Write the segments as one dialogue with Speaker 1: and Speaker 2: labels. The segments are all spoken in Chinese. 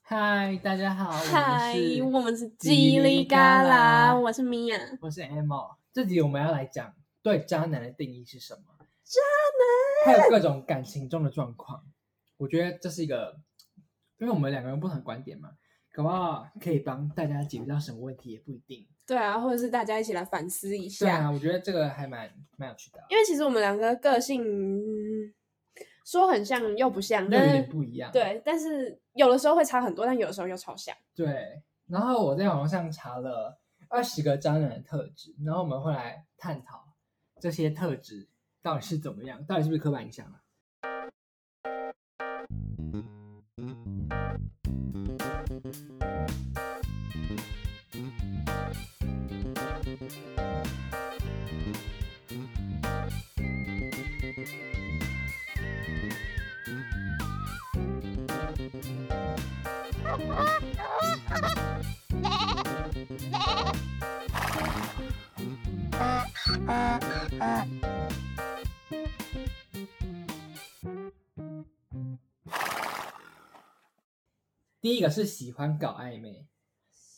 Speaker 1: 嗨，大家好，
Speaker 2: 嗨，
Speaker 1: 我
Speaker 2: 我
Speaker 1: 们
Speaker 2: 们是
Speaker 1: 叽里
Speaker 2: 叽里
Speaker 1: 嘎
Speaker 2: 嘎
Speaker 1: 啦
Speaker 2: 啦，我是米娅。
Speaker 1: 是我是 Emma。这集我们要来讲对渣男的定义是什么？渣男，还有各种感情中的状况。我觉得这是一个，因为我们两个人不同的观点嘛，搞不好可以帮大家解决到什么问题也不一定。
Speaker 2: 对啊，或者是大家一起来反思一
Speaker 1: 对
Speaker 2: 下，
Speaker 1: 啊，我觉得这个还蛮蛮有趣的啊，
Speaker 2: 因为其实我们两个个性、嗯说很像又不像，
Speaker 1: 又有
Speaker 2: 但
Speaker 1: 点
Speaker 2: 是
Speaker 1: 不一样。
Speaker 2: 对，但是有的时候会差很多，但有的时候又超像。
Speaker 1: 对，然后我在网上查了二十个渣男的特质，然后我们会来探讨这些特质到底是怎么样，到底是不是刻板印象啊？第一个是喜欢搞暧昧，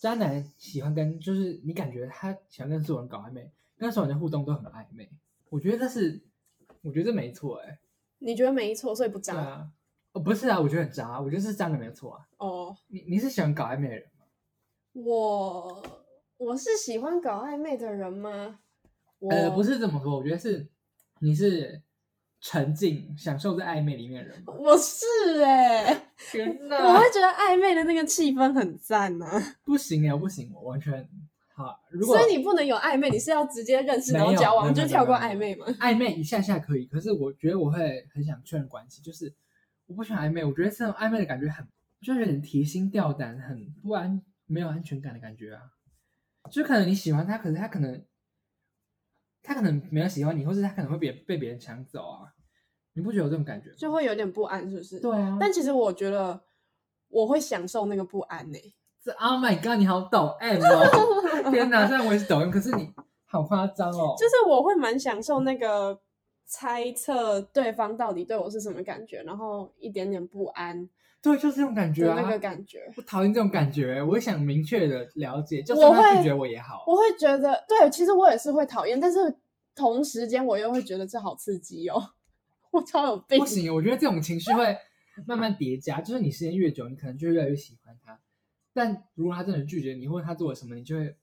Speaker 1: 渣男喜欢跟就是你感觉他喜欢跟所有人搞暧昧，跟所有人的互动都很暧昧，我觉得这是，我觉得这没错哎、
Speaker 2: 你觉得没错，所以不渣、
Speaker 1: 对啊，哦不是啊，我觉得很渣，我觉得是渣男没有错啊。
Speaker 2: 哦。
Speaker 1: 你你是喜欢搞暧昧的人吗？
Speaker 2: 我我是喜欢搞暧昧的人吗？我、
Speaker 1: 呃，不，是这么说，我觉得是你是沉浸享受在暧昧里面的人吗？
Speaker 2: 我是哎、
Speaker 1: 天
Speaker 2: 我会觉得暧昧的那个气氛很赞呐、
Speaker 1: 不行哎，不行，我完全好。如果
Speaker 2: 所以你不能有暧昧，你是要直接认识
Speaker 1: 没
Speaker 2: 然后
Speaker 1: 有
Speaker 2: 交
Speaker 1: 没
Speaker 2: 往，
Speaker 1: 有没
Speaker 2: 就
Speaker 1: 有
Speaker 2: 跳过
Speaker 1: 没有
Speaker 2: 暧昧嘛？
Speaker 1: 暧昧一下下可以，可是我觉得我会很想确认关系，就是我不喜欢暧昧，我觉得这种暧昧的感觉很，就是有点提心吊胆，很不安，没有安全感的感觉啊。就可能你喜欢他，可是他可能他可能没有喜欢你，或是他可能会别被别人抢走啊。你不觉得有这种感觉吗？
Speaker 2: 就会有点不安，是不是？
Speaker 1: 对啊，
Speaker 2: 但其实我觉得我会享受那个不安欸呢、
Speaker 1: 这 Oh my God，你好抖 M 哦！天哪，虽然我也是抖 M，可是你好夸张哦。
Speaker 2: 就是我会蛮享受那个猜测对方到底对我是什么感觉，然后一点点不安
Speaker 1: 对，就是这种感觉
Speaker 2: 的
Speaker 1: 啊，
Speaker 2: 那个感觉。
Speaker 1: 我讨厌这种感觉，我也想明确的了解，就算
Speaker 2: 我
Speaker 1: 他拒
Speaker 2: 会
Speaker 1: 绝我也好。
Speaker 2: 我会觉得，对，其实我也是会讨厌，但是同时间我又会觉得这好刺激哦， 我超有病
Speaker 1: 不。行，我觉得这种情绪会慢慢叠加，就是你时间越久，你可能就越来越喜欢他。但如果他真的拒绝你，或者他做了什么，你就会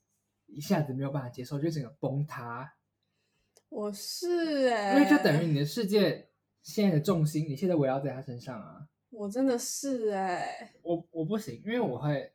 Speaker 1: 一下子没有办法接受，就整个崩塌，
Speaker 2: 我是哎、
Speaker 1: 因为就等于你的世界现在的重心，你现在围绕在他身上啊。
Speaker 2: 我真的是哎、
Speaker 1: 我我不行，因为我会，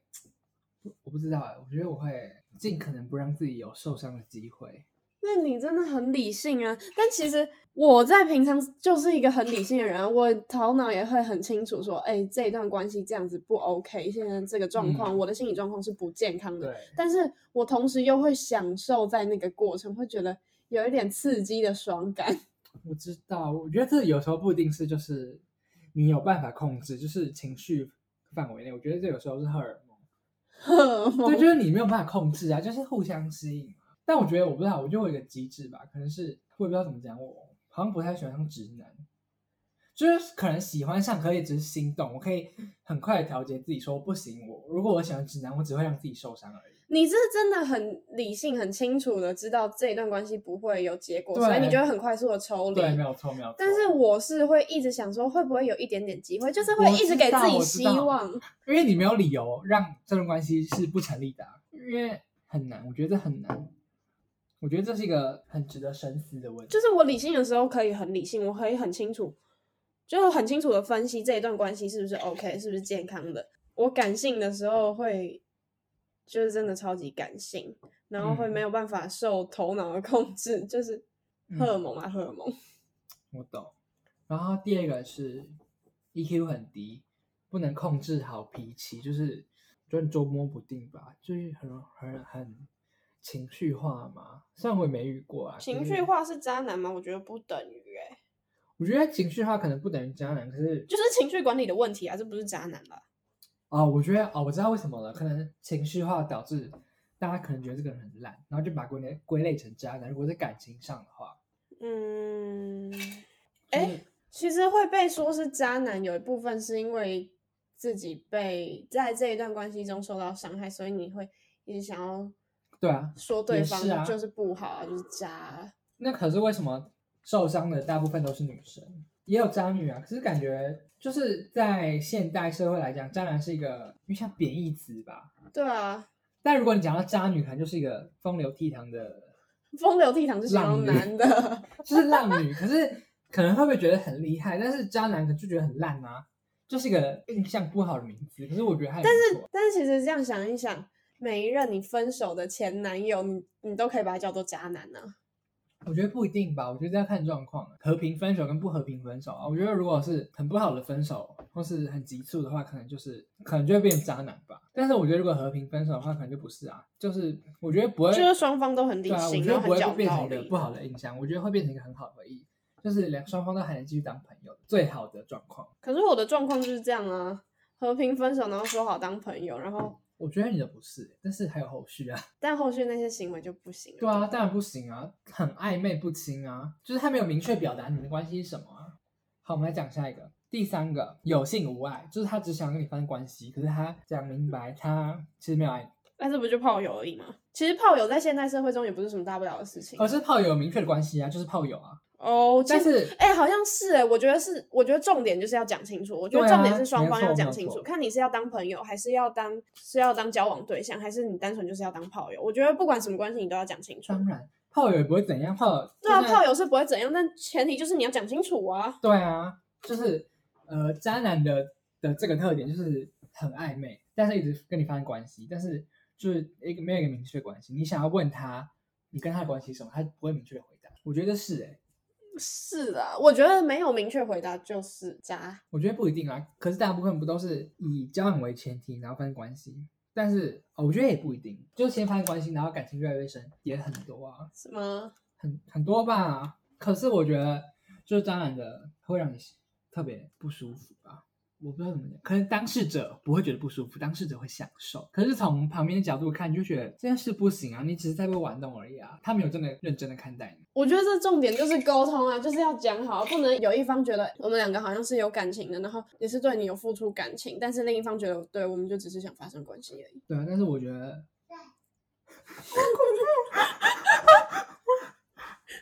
Speaker 1: 我不知道哎，我觉得我会尽可能不让自己有受伤的机会。
Speaker 2: 那你真的很理性啊！但其实我在平常就是一个很理性的人啊，我头脑也会很清楚说，哎、这一段关系这样子不 OK，现在这个状况，
Speaker 1: 嗯
Speaker 2: 我的心理状况是不健康的。
Speaker 1: 对，
Speaker 2: 但是我同时又会享受在那个过程，会觉得有一点刺激的爽感。
Speaker 1: 我知道，我觉得这有时候不一定是就是你有办法控制，就是情绪范围内。我觉得这有时候是荷尔蒙，
Speaker 2: 荷尔
Speaker 1: 对，
Speaker 2: 蒙
Speaker 1: 就是你没有办法控制啊，就是互相吸引嘛。但我觉得我不知道，我就会有一个机制吧，可能是我也不知道怎么讲，我好像不太喜欢上直男，就是可能喜欢上可以只是心动，我可以很快地调节自己说不行，我如果我喜欢直男，我只会让自己受伤而已。
Speaker 2: 你是真的很理性、很清楚的知道这一段关系不会有结果，
Speaker 1: 对
Speaker 2: 所以你就会很快速的抽离。
Speaker 1: 对，没有错，没有错。
Speaker 2: 但是我是会一直想说，会不会有一点点机会，就是
Speaker 1: 我
Speaker 2: 会一
Speaker 1: 知
Speaker 2: 直给
Speaker 1: 道
Speaker 2: 自己
Speaker 1: 我知
Speaker 2: 希
Speaker 1: 道
Speaker 2: 望。
Speaker 1: 因为你没有理由让这段关系是不成立的啊、因为很难，我觉得很难，我觉得这是一个很值得深思的问题。
Speaker 2: 就是我理性的时候可以很理性，我可以很清楚，就很清楚的分析这一段关系是不是 OK，是不是健康的。我感性的时候会，就是真的超级感性，然后会
Speaker 1: 嗯
Speaker 2: 没有办法受头脑的控制，就是荷尔蒙啊，荷尔蒙。
Speaker 1: 我懂。然后第二个是 EQ 很低，不能控制好脾气，就是就很捉摸不定吧，就是很很很情绪化嘛。虽然我也没遇过啊，可
Speaker 2: 情
Speaker 1: 是
Speaker 2: 绪，化是渣男吗？我觉得不等于、欸，
Speaker 1: 我觉得情绪化可能不等于渣男，可是
Speaker 2: 就是情绪管理的问题啊，这不是渣男吧？
Speaker 1: 哦，我觉得哦，我知道为什么了，可能情绪化导致大家可能觉得这个人很烂，然后就把归类归类成渣男。如果在感情上的话，
Speaker 2: 嗯，
Speaker 1: 就
Speaker 2: 哎
Speaker 1: 是
Speaker 2: 其实会被说是渣男，有一部分是因为自己被在这一段关系中受到伤害，所以你会一直想要
Speaker 1: 对啊，
Speaker 2: 说对
Speaker 1: 也是啊
Speaker 2: 方就是不好啊、就是渣啊。
Speaker 1: 那可是为什么受伤的大部分都是女生，也有渣女啊？可是感觉就是在现代社会来讲，渣男是一个因为像贬义词吧。
Speaker 2: 对啊，
Speaker 1: 但如果你讲到渣女，可能就是一个风流倜傥的，
Speaker 2: 风流倜傥是形
Speaker 1: 浪
Speaker 2: 容男的，
Speaker 1: 就是浪女。可是可能会不会觉得很厉害？但是渣男可能就觉得很烂啊，就是一个印象不好的名字。可是我觉得还但是
Speaker 2: 但是其实这样想一想，每一任你分手的前男友，你你都可以把他叫做渣男呢、啊。
Speaker 1: 我觉得不一定吧，我觉得要看状况，和平分手跟不和平分手啊。我觉得如果是很不好的分手，或是很急促的话，可能就是可能就会变渣男吧。但是我觉得如果和平分手的话，可能就不是啊，就是我觉得不会，
Speaker 2: 就是双方都很理
Speaker 1: 对啊，我
Speaker 2: 性
Speaker 1: 觉得
Speaker 2: 然后
Speaker 1: 不
Speaker 2: 很
Speaker 1: 会
Speaker 2: 讲
Speaker 1: 变成
Speaker 2: 道
Speaker 1: 一个
Speaker 2: 理
Speaker 1: 不好的印象，我觉得会变成一个很好的回忆，就是两双方都还能继续当朋友，最好的状况。
Speaker 2: 可是我的状况就是这样啊，和平分手，然后说好当朋友，然后
Speaker 1: 我觉得你的不是，但是还有后续啊。
Speaker 2: 但后续那些行为就不行了。
Speaker 1: 对啊，当然不行啊，很暧昧不清啊，就是他没有明确表达你们的关系是什么啊。好，我们来讲下一个，第三个有性无爱，就是他只想跟你发生关系，可是他讲明白他其实没有爱你，
Speaker 2: 那这不就炮友而已吗？其实炮友在现代社会中也不是什么大不了的事情。啊
Speaker 1: 而哦是炮友有明确的关系啊，就是炮友啊。
Speaker 2: 哦，
Speaker 1: 但
Speaker 2: 其实
Speaker 1: 是
Speaker 2: 哎、好像是哎、我觉得是，我觉得重点就是要讲清楚。我觉得
Speaker 1: 对啊
Speaker 2: 重点是双方
Speaker 1: 没错
Speaker 2: 要讲清
Speaker 1: 没
Speaker 2: 楚，
Speaker 1: 错
Speaker 2: 看你是要当朋友，还是要当是要当交往对象，还是你单纯就是要当炮友。我觉得不管什么关系，你都要讲清楚。
Speaker 1: 当然炮友也不会怎样，炮友
Speaker 2: 对啊，
Speaker 1: 就算
Speaker 2: 炮友是不会怎样，但前提就是你要讲清楚啊。
Speaker 1: 对啊，就是呃，渣男的的这个特点就是很暧昧，但是一直跟你发生关系，但是就是一个没有一个明确关系。你想要问他，你跟他的关系是什么，他不会明确地回答。我觉得是哎、
Speaker 2: 是的，我觉得没有明确回答就是渣。
Speaker 1: 我觉得不一定啊。可是大部分不都是以交往为前提，然后发生关系？但是、哦我觉得也不一定，就是先发生关系，然后感情越来越深，也很多啊，
Speaker 2: 什么？
Speaker 1: 很很多吧。可是我觉得，就是渣男的会让你特别不舒服吧。我不知道怎么讲，可能当事者不会觉得不舒服，当事者会享受。可是从旁边的角度看，你就觉得这件事不行啊，你只是在被玩弄而已啊，他没有真的认真的看待你。
Speaker 2: 我觉得这重点就是沟通啊，就是要讲好，不能有一方觉得我们两个好像是有感情的，然后也是对你有付出感情，但是另一方觉得对我们就只是想发生关系而已。
Speaker 1: 对啊，但是我觉得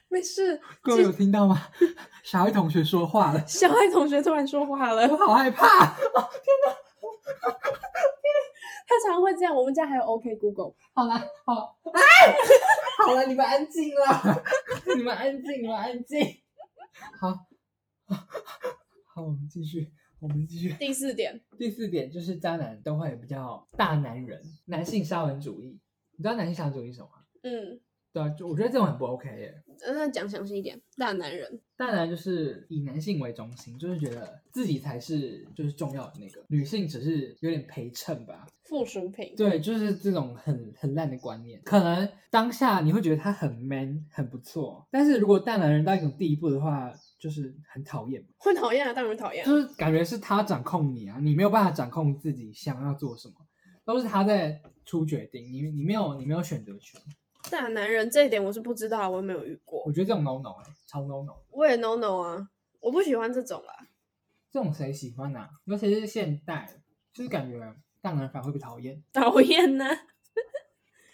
Speaker 2: 没事，
Speaker 1: 各位有听到吗？ 小爱同学说话了，
Speaker 2: 小爱同学突然说话了，
Speaker 1: 我好害怕。
Speaker 2: 他常常会这样。我们家还有 OK Google，
Speaker 1: 好啦，好，哎，好了，你们安静啦，你们安静，你们安静。好，好，我们继续，我们继续。
Speaker 2: 第四点，
Speaker 1: 第四点就是渣男都会比较大男人，男性沙文主义。你知道男性沙文主义是什么吗？
Speaker 2: 嗯，
Speaker 1: 对啊，就我觉得这种很不 OK 耶。
Speaker 2: 呃那讲详细一点，大男人，
Speaker 1: 大男就是以男性为中心，就是觉得自己才是就是重要的那个，女性只是有点陪衬吧。
Speaker 2: 附属品，
Speaker 1: 对，就是这种很很烂的观念。可能当下你会觉得他很 man，很不错，但是如果大男人到一种地步的话，就是很讨厌，
Speaker 2: 会讨厌啊，当然讨厌啊、
Speaker 1: 就是感觉是他掌控你啊，你没有办法掌控自己想要做什么，都是他在出决定，你你没有你没有选择权。
Speaker 2: 大男人这一点我是不知道，啊我也没有遇过，
Speaker 1: 我觉得这种 no no 哎、超 no no，
Speaker 2: 我也 no no 啊，我不喜欢这种啊啦。
Speaker 1: 这种谁喜欢啊？尤其是现代，就是感觉大男人反而会被讨厌。
Speaker 2: 讨厌呢、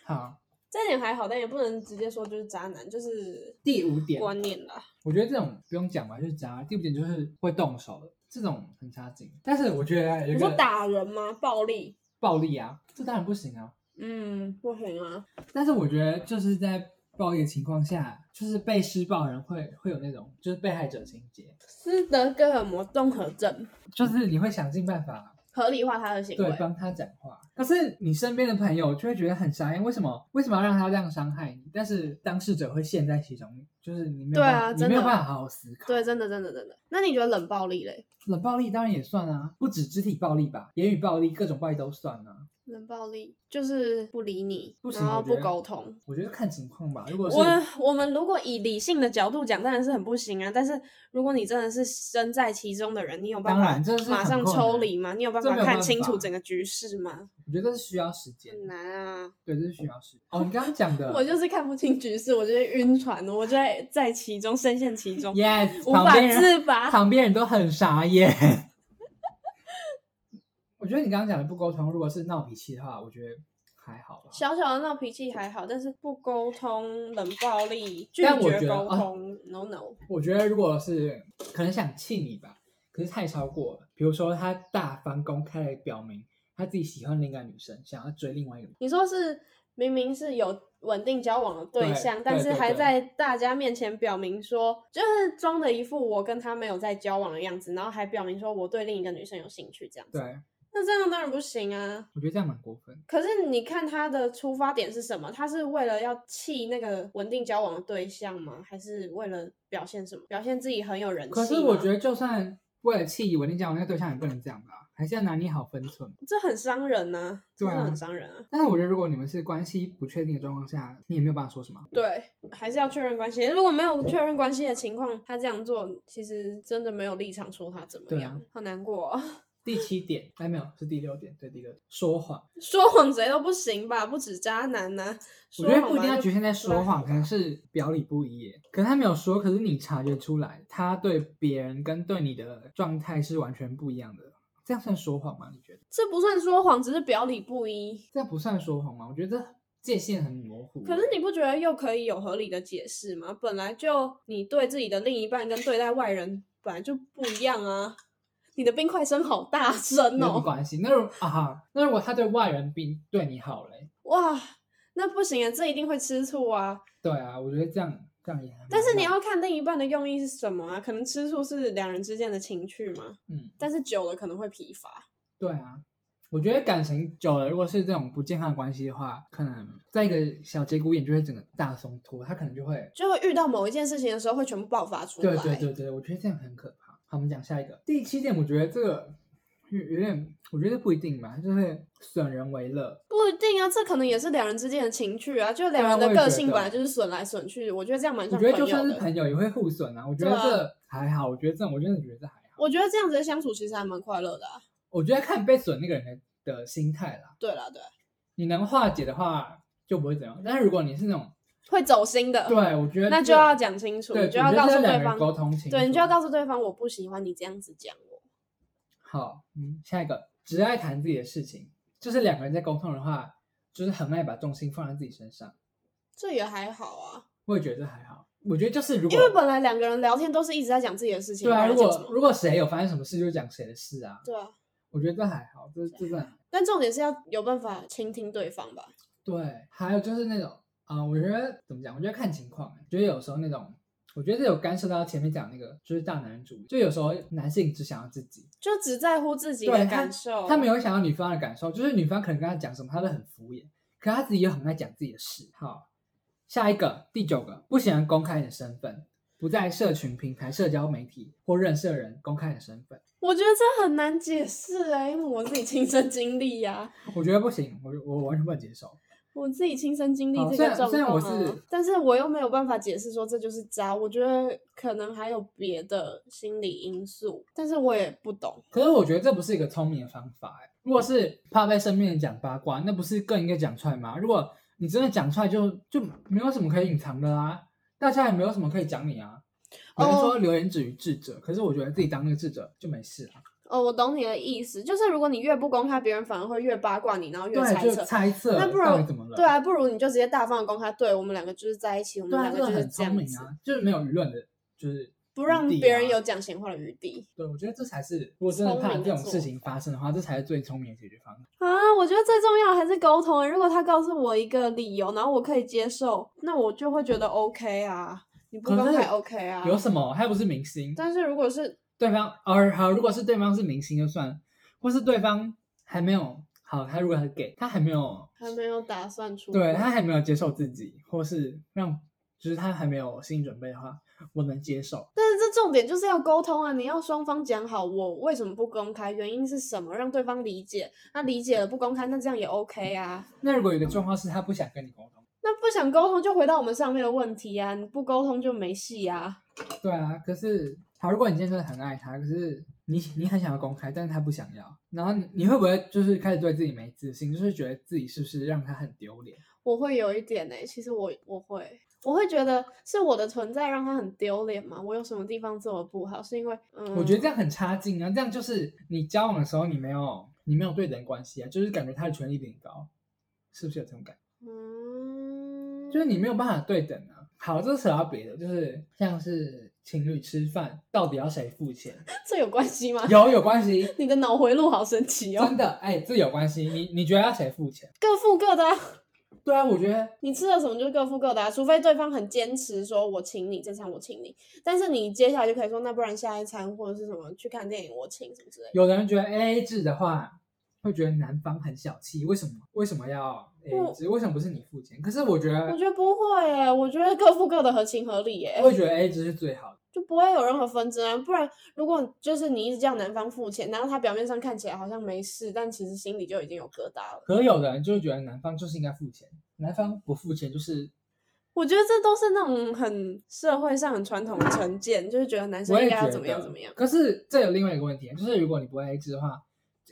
Speaker 1: 好，
Speaker 2: 这点还好，但也不能直接说就是渣男，就是
Speaker 1: 第五点，
Speaker 2: 观念啦。
Speaker 1: 我觉得这种不用讲吧，就是渣。第五点就是会动手的，这种很差劲。但是我觉得有
Speaker 2: 你
Speaker 1: 一
Speaker 2: 说
Speaker 1: 个
Speaker 2: 打人吗？暴力？
Speaker 1: 暴力啊，这当然不行啊。
Speaker 2: 嗯，不行啊。
Speaker 1: 但是我觉得就是在暴力的情况下，就是被施暴的人会会有那种就是被害者情节，
Speaker 2: 斯德哥尔摩综合症，
Speaker 1: 就是你会想尽办法
Speaker 2: 合理化他的行
Speaker 1: 对
Speaker 2: 为。
Speaker 1: 帮他讲话。可是你身边的朋友就会觉得很傻眼，为什么为什么要让他这样伤害你？但是当事者会陷在其中，就是你没有
Speaker 2: 对
Speaker 1: 办
Speaker 2: 啊
Speaker 1: 法，你
Speaker 2: 真
Speaker 1: 没有
Speaker 2: 的
Speaker 1: 办法好好思考。
Speaker 2: 对，真的，真的，真的。那你觉得冷暴力嘞？
Speaker 1: 冷暴力当然也算啊，不止肢体暴力吧，言语暴力、各种暴力都算啊。
Speaker 2: 冷暴力就是不理你
Speaker 1: 不，行
Speaker 2: 然后
Speaker 1: 我觉
Speaker 2: 不
Speaker 1: 得
Speaker 2: 沟通。
Speaker 1: 我觉得看情况吧。如果是
Speaker 2: 我我们如果以理性的角度讲，当然是很不行啊。但是如果你真的是身在其中的人，你有办
Speaker 1: 当然
Speaker 2: 法
Speaker 1: 这是
Speaker 2: 马
Speaker 1: 很
Speaker 2: 上
Speaker 1: 困
Speaker 2: 抽
Speaker 1: 难
Speaker 2: 离吗？你有办
Speaker 1: 这
Speaker 2: 法
Speaker 1: 没有
Speaker 2: 看
Speaker 1: 办
Speaker 2: 清楚
Speaker 1: 法
Speaker 2: 整个局势吗？
Speaker 1: 我觉得是需要时间
Speaker 2: 很
Speaker 1: 的，
Speaker 2: 难啊。
Speaker 1: 对，这是需要时间。哦，你刚刚讲的，
Speaker 2: 我就是看不清局势，我就会晕船，我就会在其中深陷其中
Speaker 1: yes，
Speaker 2: 无
Speaker 1: 旁
Speaker 2: 法
Speaker 1: 边人
Speaker 2: 自拔。
Speaker 1: 旁边人都很傻眼。 我觉得你刚刚讲的不沟通，如果是闹脾气的话，我觉得还好吧。
Speaker 2: 小小的闹脾气还好，但是不沟通、冷暴力、拒
Speaker 1: 但我觉
Speaker 2: 绝
Speaker 1: 得
Speaker 2: 沟
Speaker 1: 啊
Speaker 2: 通、n o no。
Speaker 1: 我觉得如果是可能想气你吧，可是太超过了。比如说他大方公开的表明他自己喜欢另一个女生，想要追另外一个女生，
Speaker 2: 你说是明明是有稳定交往的对
Speaker 1: 对
Speaker 2: 象，
Speaker 1: 对
Speaker 2: 但
Speaker 1: 对
Speaker 2: 是还
Speaker 1: 对
Speaker 2: 在大家面前表明说，就是装的一副我跟他没有在交往的样子，然后还表明说我对另一个女生有兴趣这样子。
Speaker 1: 对
Speaker 2: 那这样当然不行啊。
Speaker 1: 我觉得这样蛮过分。
Speaker 2: 可是你看他的出发点是什么？他是为了要气那个稳定交往的对象吗？还是为了表现什么？表现自己很有人气吗？
Speaker 1: 可是我觉得
Speaker 2: 啊
Speaker 1: 就算为了气稳定交往那个对象，也不能这样吧，还是要拿捏好分寸。
Speaker 2: 这很伤人呐、啊，
Speaker 1: 对
Speaker 2: 真的很
Speaker 1: 啊
Speaker 2: 伤人啊。
Speaker 1: 但是我觉得如果你们是关系不确定的状况下，你也没有办法说什么。
Speaker 2: 对，还是要确认关系。如果没有确认关系的情况，他这样做其实真的没有立场说他怎么
Speaker 1: 对啊
Speaker 2: 样，好难过、哦。
Speaker 1: 第七点，哎，没有，是第六点，对，第六点，说谎。
Speaker 2: 说谎谁都不行吧？不止渣男呐、
Speaker 1: 我
Speaker 2: 说
Speaker 1: 觉得
Speaker 2: 谎
Speaker 1: 不一定
Speaker 2: 吧
Speaker 1: 要
Speaker 2: 就
Speaker 1: 局限在说
Speaker 2: 好
Speaker 1: 谎，可能是表里不一耶。可能他没有说，可是你察觉出来，他对别人跟对你的状态是完全不一样的。这样算说谎吗？你觉得
Speaker 2: 这不算说谎，只是表里不一。
Speaker 1: 这样不算说谎吗？我觉得这界限很模糊耶。
Speaker 2: 可是你不觉得又可以有合理的解释吗？本来就你对自己的另一半跟对待外人本来就不一样啊。你的冰块声好大声
Speaker 1: 没有
Speaker 2: 哦！
Speaker 1: 关系。那如啊哈，那如果他对外人比对你好嘞，
Speaker 2: 哇，那不行啊，这一定会吃醋啊。
Speaker 1: 对啊，我觉得这样这样也还蛮
Speaker 2: 但是你
Speaker 1: 浪
Speaker 2: 要看另一半的用意是什么啊？可能吃醋是两人之间的情趣嘛，
Speaker 1: 嗯，
Speaker 2: 但是久了可能会疲乏。
Speaker 1: 对啊。我觉得感情久了，如果是这种不健康的关系的话，可能在一个小节骨眼就会整个大松脱，他可能就会
Speaker 2: 就会遇到某一件事情的时候，会全部爆发出来。
Speaker 1: 对对对对，我觉得这样很可怕。好，我们讲下一个，第七点，我觉得这个有有点，我觉得不一定吧，就是损人为乐。
Speaker 2: 不一定啊，这可能也是两人之间的情趣啊。就
Speaker 1: 对
Speaker 2: 两
Speaker 1: 啊
Speaker 2: 人的
Speaker 1: 我也觉
Speaker 2: 个
Speaker 1: 得
Speaker 2: 性本来就是损来损去，我觉得这样蛮
Speaker 1: 我
Speaker 2: 像
Speaker 1: 觉
Speaker 2: 朋
Speaker 1: 得
Speaker 2: 友
Speaker 1: 就算是
Speaker 2: 的。
Speaker 1: 朋友也会互损啊，我觉
Speaker 2: 对
Speaker 1: 得
Speaker 2: 啊
Speaker 1: 这还好，我觉得这种我真的觉得这还好。
Speaker 2: 我觉得这样子的相处其实还蛮快乐的、啊。
Speaker 1: 我觉得看被损那个人的的心态啦，
Speaker 2: 对啦，对啦，
Speaker 1: 你能化解的话就不会怎样。但是如果你是那种，
Speaker 2: 会走心的。
Speaker 1: 对，我觉得
Speaker 2: 那
Speaker 1: 这
Speaker 2: 就要讲清楚，
Speaker 1: 对，
Speaker 2: 你就
Speaker 1: 我觉得
Speaker 2: 要告
Speaker 1: 这
Speaker 2: 诉
Speaker 1: 两
Speaker 2: 对
Speaker 1: 个人
Speaker 2: 方，
Speaker 1: 沟通清楚，啊
Speaker 2: 对你就要告诉对方，我不喜欢你这样子讲我。
Speaker 1: 好，嗯，下一个，只爱谈自己的事情，就是两个人在沟通的话，就是很爱把重心放在自己身上。
Speaker 2: 这也还好啊，
Speaker 1: 我也觉得还好。我觉得就是如
Speaker 2: 因为
Speaker 1: 果
Speaker 2: 本来两个人聊天都是一直在讲自己的事情，
Speaker 1: 对啊，
Speaker 2: 不然
Speaker 1: 如
Speaker 2: 在讲什
Speaker 1: 果
Speaker 2: 么
Speaker 1: 如果谁有发生什么事，就讲谁的事啊。
Speaker 2: 对啊，
Speaker 1: 我觉得这还好，这这算
Speaker 2: 但重点是要有办法倾听对方吧。
Speaker 1: 对。还有就是那种啊、呃我觉得怎么讲？我觉得看情况、欸，觉得有时候那种，我觉得这有干涉到前面讲那个，就是大男人主义。就有时候男性只想要自己，
Speaker 2: 就只在乎自己的
Speaker 1: 对他
Speaker 2: 感受，
Speaker 1: 他没有想要女方的感受，就是女方可能跟他讲什么，他都很敷衍，可他自己又很爱讲自己的事。好，下一个第九个，不喜欢公开你的身份，不在社群平台、社交媒体或认识的人公开你的身份。
Speaker 2: 我觉得这很难解释哎、因为我自己亲身经历呀、
Speaker 1: 我觉得不行，我我完全不能接受。
Speaker 2: 我自己亲身经历
Speaker 1: 好哦
Speaker 2: 这
Speaker 1: 虽
Speaker 2: 个
Speaker 1: 然
Speaker 2: 状
Speaker 1: 虽然
Speaker 2: 况、
Speaker 1: 我
Speaker 2: 啊
Speaker 1: 是，
Speaker 2: 但是我又没有办法解释说这就是渣，我觉得可能还有别的心理因素，但是我也不懂。
Speaker 1: 可是我觉得这不是一个聪明的方法、欸。如果是怕被身边人讲八卦，那不是更应该讲出来吗？如果你真的讲出来就，就没有什么可以隐藏的啦、大家也没有什么可以讲你啊。有人说流言止于智者，可是我觉得自己当那个智者就没事了、
Speaker 2: 哦，我懂你的意思，就是如果你越不公开，别人反而会越八卦你，然后越猜
Speaker 1: 对，就
Speaker 2: 测。
Speaker 1: 猜测
Speaker 2: 那不然
Speaker 1: 到底怎么了？
Speaker 2: 对啊，不如你就直接大方的公开，对我们两个就是在一起，我
Speaker 1: 对
Speaker 2: 们
Speaker 1: 啊，
Speaker 2: 两
Speaker 1: 这
Speaker 2: 个
Speaker 1: 个
Speaker 2: 就是
Speaker 1: 很
Speaker 2: 这
Speaker 1: 聪
Speaker 2: 样
Speaker 1: 明
Speaker 2: 子，
Speaker 1: 啊，就是没有舆论的，就是
Speaker 2: 不让
Speaker 1: 余地
Speaker 2: 别人
Speaker 1: 啊
Speaker 2: 有讲闲话的余地。
Speaker 1: 对，我觉得这才是，如果真的
Speaker 2: 聪
Speaker 1: 怕
Speaker 2: 明
Speaker 1: 这
Speaker 2: 的
Speaker 1: 种
Speaker 2: 做
Speaker 1: 事情发生的话，这才是最聪明的解决方案。
Speaker 2: 啊，我觉得最重要的还是沟通欸。如果他告诉我一个理由，然后我可以接受，那我就会觉得 OK 啊，你不
Speaker 1: 可
Speaker 2: 公
Speaker 1: 是
Speaker 2: 开 OK 啊。
Speaker 1: 有什么？他又不是明星，
Speaker 2: 但是如果是
Speaker 1: 对方而好，如果是对方是明星就算了，或是对方还没有好，他如果还给他还没有，
Speaker 2: 还没有打算出轨，
Speaker 1: 对他还没有接受自己，或是让就是他还没有心理准备的话，我能接受。
Speaker 2: 但是这重点就是要沟通啊，你要双方讲好我为什么不公开，原因是什么，让对方理解。那理解了不公开，那这样也 OK 啊。
Speaker 1: 那如果有一个状况是他不想跟你沟通，
Speaker 2: 那不想沟通，就回到我们上面的问题啊，你不沟通就没戏啊。
Speaker 1: 对啊，可是好，如果你今天真的很爱他，可是你你很想要公开，但是他不想要，然后你你会不会就是开始对自己没自信，就是觉得自己是不是让他很丢脸？
Speaker 2: 欸我会有一点呢、其实我我会，我会觉得是我的存在让他很丢脸吗？我有什么地方做的不好？是因为嗯，
Speaker 1: 我觉得这样很差劲啊！这样就是你交往的时候，你没有你没有对等关系啊，就是感觉他的权利比你高，是不是有这种感觉？
Speaker 2: 嗯，
Speaker 1: 就是你没有办法对等啊。好，这扯到别的，就是像是情侣吃饭，到底要谁付钱？
Speaker 2: 这有关系吗？
Speaker 1: 有有关系，
Speaker 2: 你的脑回路好神奇哦
Speaker 1: 真，的，哎、这有关系。你你觉得要谁付钱？
Speaker 2: 各付各的啊、
Speaker 1: 对啊，我觉得
Speaker 2: 你吃了什么就各付各的、啊，除非对方很坚持说我请你这餐我请你，但是你接下来就可以说那不然下一餐或者是什么去看电影我请什么之类的。
Speaker 1: 有的人觉得 A A 制的话，会觉得男方很小气，为什么？为什么要 A A 制？为什么不是你付钱？可是我觉得
Speaker 2: 我，觉得不会耶，我觉得各付各的合情合理欸耶
Speaker 1: 我，会觉得 A A 制是最好的。
Speaker 2: 就不会有任何纷争啊。不然如果就是你一直叫男方付钱，然后他表面上看起来好像没事，但其实心里就已经有疙瘩了。
Speaker 1: 可是有的人就会觉得男方就是应该付钱，男方不付钱就是
Speaker 2: 我觉得这都是那种很社会上很传统的成见，就是觉得男
Speaker 1: 我
Speaker 2: 生应
Speaker 1: 也
Speaker 2: 该
Speaker 1: 觉
Speaker 2: 要
Speaker 1: 得
Speaker 2: 怎么样怎么样。
Speaker 1: 可是这有另外一个问题，啊就是如果你不 A A 制的话，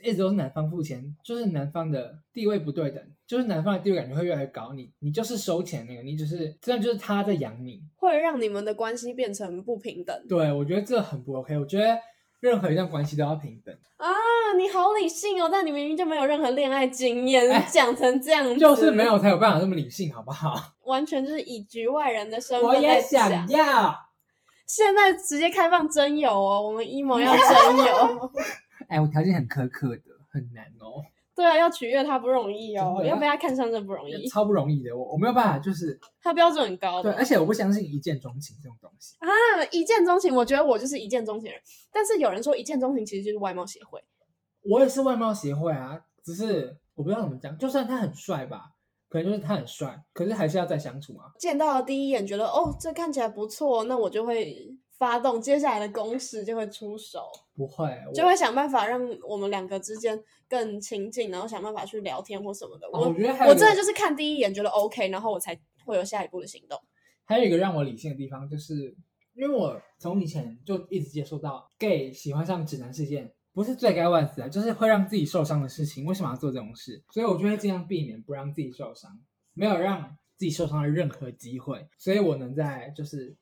Speaker 1: 一直都是男方付钱，就是男方的地位不对等，就是男方的地位感觉会越来越高，你你就是收钱那个，你只是这样就是他在养你。
Speaker 2: 会让你们的关系变成不平等
Speaker 1: 对，我觉得这很不 OK。我觉得任何一段关系都要平等，
Speaker 2: 啊！你好理性哦，但你明明就没有任何恋爱经验，
Speaker 1: 哎
Speaker 2: 讲成这样 子，
Speaker 1: 就是没有才有办法那么理性，好不 好？
Speaker 2: 完全就是以局外人的身
Speaker 1: 我
Speaker 2: 份
Speaker 1: 也
Speaker 2: 在讲。
Speaker 1: 想要。
Speaker 2: 现在直接开放真友哦，我们 emo 要真 友，
Speaker 1: 哎，我条件很苛刻的，很难哦，
Speaker 2: 对啊，要取悦他不容易哦
Speaker 1: 真，的
Speaker 2: 要被他看上真不容易，
Speaker 1: 超不容易的。我我没有办法，就是
Speaker 2: 他标准很高
Speaker 1: 对，
Speaker 2: 的。
Speaker 1: 而且我不相信一见钟情这种东西。
Speaker 2: 那一见钟情，我觉得我就是一见钟情人，但是有人说一见钟情其实就是外貌协会，
Speaker 1: 我也是外貌协会啊，只是我不知道怎么讲。就算他很帅吧，可能就是他很帅，可是还是要再相处嘛。
Speaker 2: 见到了第一眼觉得哦这看起来不错，那我就会发动接下来的攻势，就会出手。
Speaker 1: 不会，我
Speaker 2: 就会想办法让我们两个之间更亲近，然后想办法去聊天或什么的。
Speaker 1: 哦我
Speaker 2: 我
Speaker 1: 觉得还有
Speaker 2: 我
Speaker 1: 一
Speaker 2: 真的
Speaker 1: 个
Speaker 2: 就是看第一眼觉得 OK，然后我才会有下一步的行动。
Speaker 1: 还有一个让我理性的地方，就是因为我从以前就一直接受到 gay 喜欢上直男是一件不是罪该万死啊，就是会让自己受伤的事情。为什么要做这种事？所以我就会尽量避免不让自己受伤，没有让自己受伤的任何机会。所以我能在就是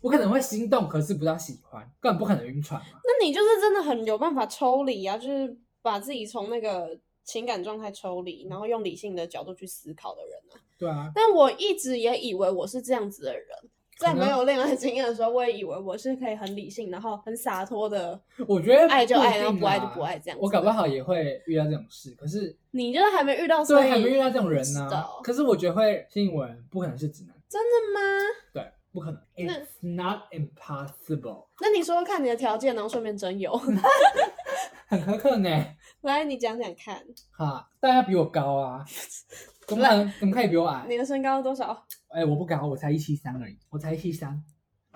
Speaker 1: 我可能会心动，可是不到喜欢，根本不可能晕船嘛。
Speaker 2: 那你就是真的很有办法抽离啊，就是把自己从那个情感状态抽离，然后用理性的角度去思考的人啊。
Speaker 1: 对啊，
Speaker 2: 但我一直也以为我是这样子的人。在
Speaker 1: 可
Speaker 2: 没
Speaker 1: 能
Speaker 2: 有恋爱经验的时候，我也以为我是可以很理性，然后很洒脱的。
Speaker 1: 我觉得
Speaker 2: 爱就
Speaker 1: 一
Speaker 2: 爱然后
Speaker 1: 定
Speaker 2: 不爱就
Speaker 1: 啦
Speaker 2: 不爱这样
Speaker 1: 我
Speaker 2: 子
Speaker 1: 搞不好也会遇到这种事，可是
Speaker 2: 你就是还没遇到，
Speaker 1: 所
Speaker 2: 哦所
Speaker 1: 以
Speaker 2: 以哦
Speaker 1: 还没遇到这种人
Speaker 2: 不知
Speaker 1: 呢、
Speaker 2: 道
Speaker 1: 可是我觉得会吸引我人，不可能是直男。
Speaker 2: 真的吗？
Speaker 1: 对，不可能。
Speaker 2: 那
Speaker 1: It's not impossible，
Speaker 2: 那你说说看你的条件，然后顺便 征友。
Speaker 1: 很苛刻呢。
Speaker 2: 来，你讲讲看，
Speaker 1: 哈，大家比我高 啊，怎么可能？怎么可以比我矮？
Speaker 2: 你的身高多少？
Speaker 1: 哎、我不高，我才一七三而已，我才一七三，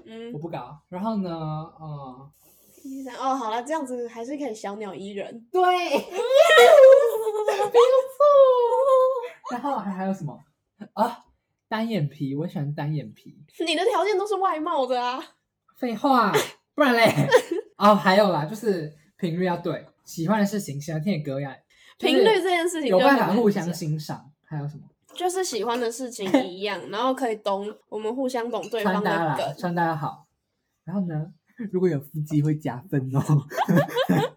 Speaker 2: 嗯
Speaker 1: 我，不高。然后呢，嗯，
Speaker 2: 一三哦，好了，这样子还是可以小鸟依人。
Speaker 1: 对， 然后还还有什么啊？单眼皮，我喜欢单眼皮。
Speaker 2: 你的条件都是外貌的啊，
Speaker 1: 废 话，不然嘞？哦，还有啦，就是频率要对，喜欢的事情，喜欢听的歌要就是
Speaker 2: 频率这件事情
Speaker 1: 有
Speaker 2: 就
Speaker 1: 办
Speaker 2: 很
Speaker 1: 法
Speaker 2: 难
Speaker 1: 互相
Speaker 2: 讲
Speaker 1: 欣赏。还有什么？
Speaker 2: 就是喜欢的事情一样，然后可以懂我们互相懂对
Speaker 1: 穿
Speaker 2: 方
Speaker 1: 搭
Speaker 2: 的
Speaker 1: 啦，
Speaker 2: 梗。
Speaker 1: 穿搭好。然后呢，如果有腹肌会加分哦。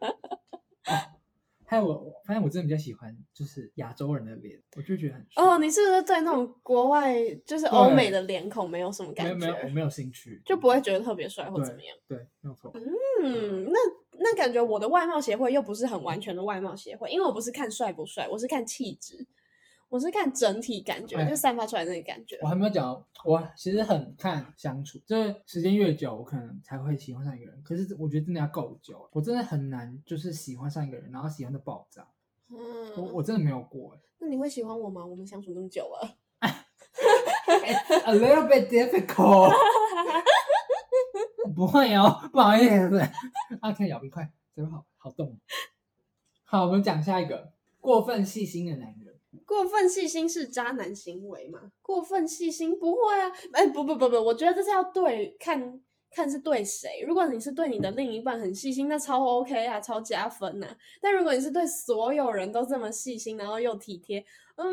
Speaker 1: 哦还有我，我发现我真的比较喜欢就是亚洲人的脸，我就觉得很帅
Speaker 2: 哦，，你是不是对那种国外就是欧美的脸孔没有什么
Speaker 1: 没有
Speaker 2: 感
Speaker 1: 没有，我
Speaker 2: 觉？
Speaker 1: 没有兴趣，
Speaker 2: 就不会觉得特别帅或
Speaker 1: 对
Speaker 2: 怎么样？
Speaker 1: 对，没有错。
Speaker 2: 嗯，那那感觉我的外貌协会又不是很完全的外貌协会，因为我不是看帅不帅，我是看气质，我是看整体感觉，
Speaker 1: 哎
Speaker 2: 就散发出来的那个感觉
Speaker 1: 我。还没有讲，我其实很看相处，就是时间越久，我可能才会喜欢上一个人。可是我觉得真的要够久，我真的很难就是喜欢上一个人，然后喜欢的爆炸，我
Speaker 2: 嗯，
Speaker 1: 我真的没有过、欸
Speaker 2: 那你会喜欢我吗？我们相处这么久了，
Speaker 1: It's a little bit difficult 。不会哦，不好意思。啊，看咬冰块，嘴巴好好动。好，我们讲下一个过分细心的男人。
Speaker 2: 过分细心是渣男行为吗？过分细心不会啊，哎，不不不不，我觉得这是要对看看是对谁。如果你是对你的另一半很细心，那超 OK 啊，超加分呐、但如果你是对所有人都这么细心，然后又体贴，嗯，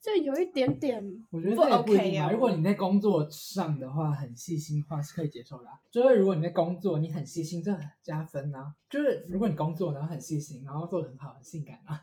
Speaker 3: 这有一点点
Speaker 1: 我觉得
Speaker 3: 不
Speaker 1: 这也不一
Speaker 3: OK
Speaker 2: 啊
Speaker 1: 定吧。
Speaker 3: 哦
Speaker 1: 如果你在工作上的话，很细心的话是可以接受的、啊。就是如果你在工作，你很细心，这很加分啊。就是如果你工作然后很细心，然后做的很好，很性感啊，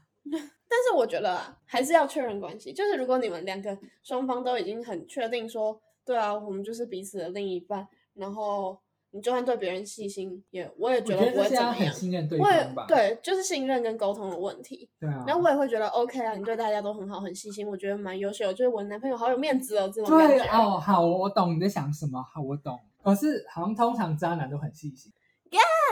Speaker 2: 但是我觉得啊，还是要确认关系。就是如果你们两个双方都已经很确定说，对啊，我们就是彼此的另一半，然后你就算对别人细心，也我也
Speaker 1: 我觉
Speaker 2: 觉得不
Speaker 1: 这
Speaker 2: 会
Speaker 1: 是
Speaker 2: 怎
Speaker 1: 要
Speaker 2: 么
Speaker 1: 很
Speaker 2: 样。
Speaker 1: 信任对
Speaker 2: 我也
Speaker 1: 方吧？
Speaker 2: 对，就是信任跟沟通的问题。
Speaker 1: 对啊。
Speaker 2: 然后我也会觉得 OK 啊，你对大家都很好，很细心，我觉得蛮优秀的。就是我男朋友好有面子哦，这种感
Speaker 1: 对
Speaker 2: 觉。
Speaker 1: 哦，好，我懂你在想什么，好，我懂。可是好像通常渣男都很细心，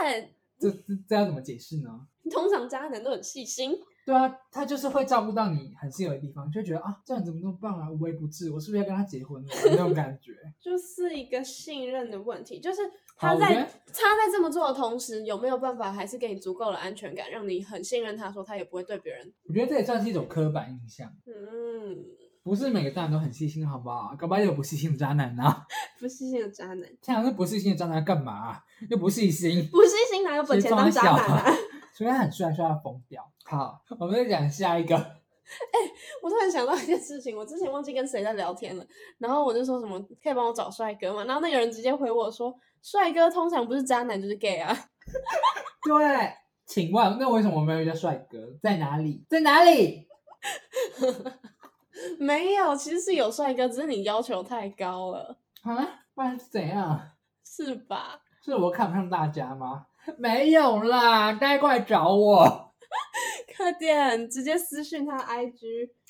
Speaker 2: 但
Speaker 1: 这这
Speaker 2: 嗯
Speaker 1: 这要怎么解释呢？
Speaker 2: 通常渣男都很细心，
Speaker 1: 对啊，他就是会照顾到你很细微的地方，就觉得啊，这人怎么这么棒啊，无微不至，我是不是要跟他结婚了？那种感觉。
Speaker 2: 就是一个信任的问题。就是
Speaker 1: 好
Speaker 2: 他
Speaker 1: 我觉
Speaker 2: 在
Speaker 1: 得
Speaker 2: 他在这么做的同时，有没有办法还是给你足够的安全感，让你很信任他，说他也不会对别人
Speaker 1: 我觉得这也算是一种刻板印象，
Speaker 2: 嗯
Speaker 1: 不是每个渣男都很细心，好不好？搞不好也有不细心的渣男呐、啊。
Speaker 2: 不细心的渣男。
Speaker 1: 这样是不细心的渣男干嘛啊、又不细心，
Speaker 2: 不细心哪有本钱当渣男
Speaker 1: 谁装
Speaker 2: 啊？
Speaker 1: 得 所以他很帅，帅到疯掉。好，我们再讲下一个。
Speaker 2: 我突然想到一件事情，我之前忘记跟谁在聊天了，然后我就说什么可以帮我找帅哥嘛，然后那个人直接回我说，帅哥通常不是渣男就是 gay 啊。
Speaker 1: 对，请问那为什么我没有遇到帅哥？在哪里？在哪里？
Speaker 2: 没有，其实是有帅哥，只是你要求太高了，
Speaker 1: 啊，不然是怎样？
Speaker 2: 是吧？
Speaker 1: 是我看不上大家吗？没有啦，大家过来找我。
Speaker 2: 快点，直接私讯他 IG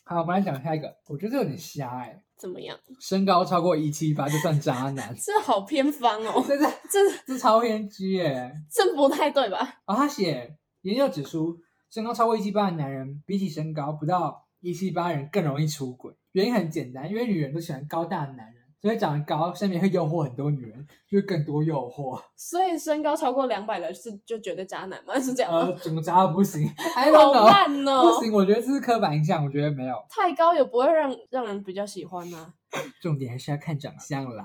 Speaker 1: 好，我们来讲下一个。我觉得这有点瞎哎、
Speaker 2: 怎么样？，
Speaker 1: 身高超过一七八就算渣男
Speaker 2: 这好偏方哦，
Speaker 1: 这是
Speaker 2: 这
Speaker 1: 这超偏激哎、
Speaker 2: 这不太对吧？
Speaker 1: 然后哦他写研究指出，身高超过一七八的男人，比起身高不到一七八人更容易出轨。原因很简单，因为女人都喜欢高大的男人，所以长得高，身边会诱惑很多女人，就会更多诱惑。
Speaker 2: 所以身高超过两百的是就绝对渣男吗？是这样吗？
Speaker 1: 呃，怎么渣都不 行，还有
Speaker 2: 好烂
Speaker 1: 不
Speaker 2: 哦，
Speaker 1: 行，我觉得这是刻板印象，我觉得没有。
Speaker 2: 太高也不会让让人比较喜欢啊呐、
Speaker 1: 重点还是要看长相啦。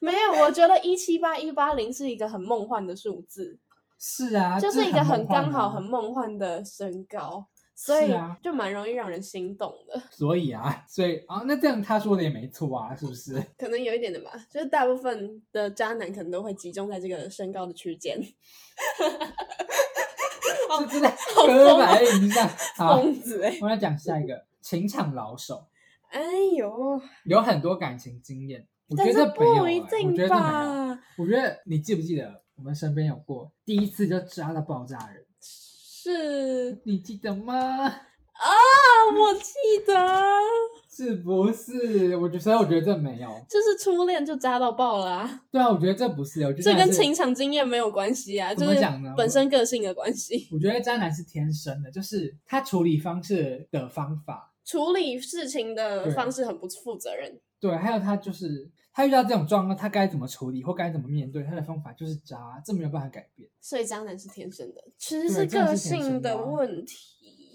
Speaker 2: 没有，我觉得一七八一八零是一个很梦幻的数字，
Speaker 1: 是啊，
Speaker 2: 就
Speaker 1: 这
Speaker 2: 是一个很
Speaker 1: 梦幻啊
Speaker 2: 刚好很梦幻的身高，所以
Speaker 1: 是啊
Speaker 2: 就蛮容易让人心动的。
Speaker 1: 所以啊，所以啊，那这样他说的也没错啊，是不是？
Speaker 2: 可能有一点的吧，就是大部分的渣男可能都会集中在这个身高的区间，
Speaker 1: 这真的
Speaker 2: 哦好
Speaker 1: 刻
Speaker 2: 疯啊
Speaker 1: 板印 象。好，
Speaker 2: 疯子哎、
Speaker 1: 我来讲下一个，情场老手
Speaker 2: 哎呦，
Speaker 1: 有很多感情经验，我觉得
Speaker 2: 但是
Speaker 1: 这没有
Speaker 2: 不一
Speaker 1: 欸我
Speaker 2: 定
Speaker 1: 觉得这没有。
Speaker 2: 吧？
Speaker 1: 我觉得你记不记得我们身边有过第一次就渣到爆炸人，
Speaker 2: 是
Speaker 1: 你记得吗？
Speaker 2: 啊，我记得
Speaker 1: 是不是？我觉得，所以我觉得这没有。
Speaker 2: 就是初恋就渣到爆了、啊，
Speaker 1: 对啊，我觉得这不是，我觉得
Speaker 2: 这
Speaker 1: 还
Speaker 2: 跟
Speaker 1: 是
Speaker 2: 情场经验没有关系啊，
Speaker 1: 怎
Speaker 2: 就
Speaker 1: 么
Speaker 2: 是
Speaker 1: 讲呢
Speaker 2: 本身个性的关系。
Speaker 1: 我觉得渣男是天生的，就是他处理方式的方法，
Speaker 2: 处理事情的
Speaker 1: 对
Speaker 2: 方式很不负责任，
Speaker 1: 对，还有他就是他遇到这种状况，他该怎么处理或该怎么面对，他的方法就是渣，这没有办法改变，
Speaker 2: 所以渣男是天生的，其实
Speaker 1: 对
Speaker 2: 是
Speaker 1: 真的
Speaker 2: 个
Speaker 1: 是天生
Speaker 2: 性
Speaker 1: 的啊
Speaker 2: 的问题。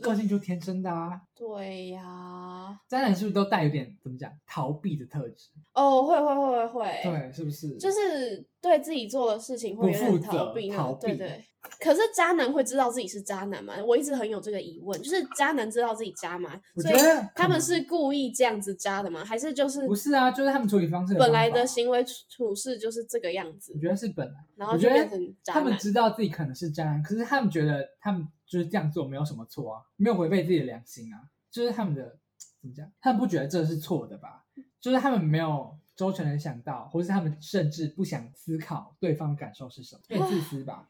Speaker 1: 个性就天生的啊。
Speaker 2: 对呀、
Speaker 1: 渣男是不是都带有点怎么讲逃避的特质？
Speaker 2: 哦，会会会会会，
Speaker 1: 对，是不是？
Speaker 2: 就是对自己做的事情会有
Speaker 1: 不负
Speaker 2: 点
Speaker 1: 责
Speaker 2: 逃避那
Speaker 1: 逃
Speaker 2: 种，对
Speaker 1: 避
Speaker 2: 对。可是渣男会知道自己是渣男吗？我一直很有这个疑问，就是渣男知道自己渣吗？
Speaker 1: 我
Speaker 2: 所
Speaker 1: 觉
Speaker 2: 以
Speaker 1: 得可
Speaker 2: 他们
Speaker 1: 能
Speaker 2: 是故意这样子渣的吗？还是就是
Speaker 1: 不是啊？就是他们处理方式
Speaker 2: 本来
Speaker 1: 方法
Speaker 2: 的，行为处处事就是这个样子
Speaker 1: 我，觉得是本来，
Speaker 2: 然
Speaker 1: 我
Speaker 2: 后
Speaker 1: 觉
Speaker 2: 就变
Speaker 1: 得
Speaker 2: 成渣
Speaker 1: 他们
Speaker 2: 男？
Speaker 1: 知道自己可能是渣男，可是他们觉得他们就是这样做没有什么错啊，没有违背自己的良心啊，就是他们的怎么讲，他们不觉得这是错的吧？就是他们没有周全的想到，或是他们甚至不想思考对方的感受是什么，很自私吧？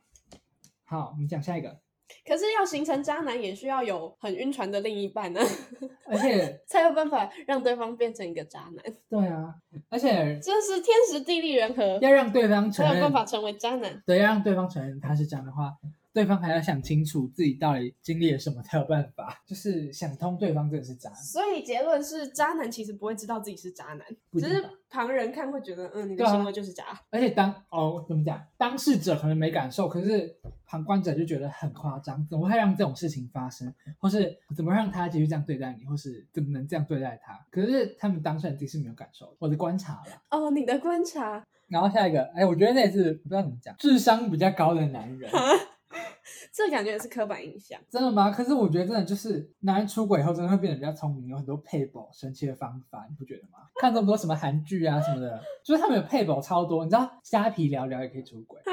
Speaker 1: 好，我们讲下一个，
Speaker 2: 可是要形成渣男，也需要有很晕船的另一半呢、
Speaker 1: 而且
Speaker 2: 才有办法让对方变成一个渣男。
Speaker 1: 对啊，而且
Speaker 2: 这是天时地利人和，
Speaker 1: 要让对方承
Speaker 2: 才有
Speaker 1: 认
Speaker 2: 办法成为渣男。
Speaker 1: 对，要让对方承认他是这样的话，对方还要想清楚自己到底经历了什么才有办法，就是想通对方真的是渣，
Speaker 2: 所以结论是，渣男其实不会知道自己是渣男，
Speaker 1: 不
Speaker 2: 只
Speaker 1: 知
Speaker 2: 是
Speaker 1: 道
Speaker 2: 旁人看会觉得，嗯，你的
Speaker 1: 对啊
Speaker 2: 行为就是渣。
Speaker 1: 而且当哦怎么讲，当事者可能没感受，可是旁观者就觉得很夸张，怎么会让这种事情发生，或是怎么让他继续这样对待你，或是怎么能这样对待他？可是他们当事人其实没有感受，我的观察啦。
Speaker 2: 哦，你的观察，
Speaker 1: 然后下一个，哎，我觉得那也是不知道怎么讲，智商比较高的男人，
Speaker 2: 这感觉也是刻板印象。
Speaker 1: 真的吗？可是我觉得真的就是男人出轨以后，真的会变得比较聪明，有很多配宝神奇的方法，你不觉得吗？看这么多什么韩剧啊什么的，就是他们有配宝超多。你知道虾皮聊聊也可以出轨，
Speaker 2: 啊，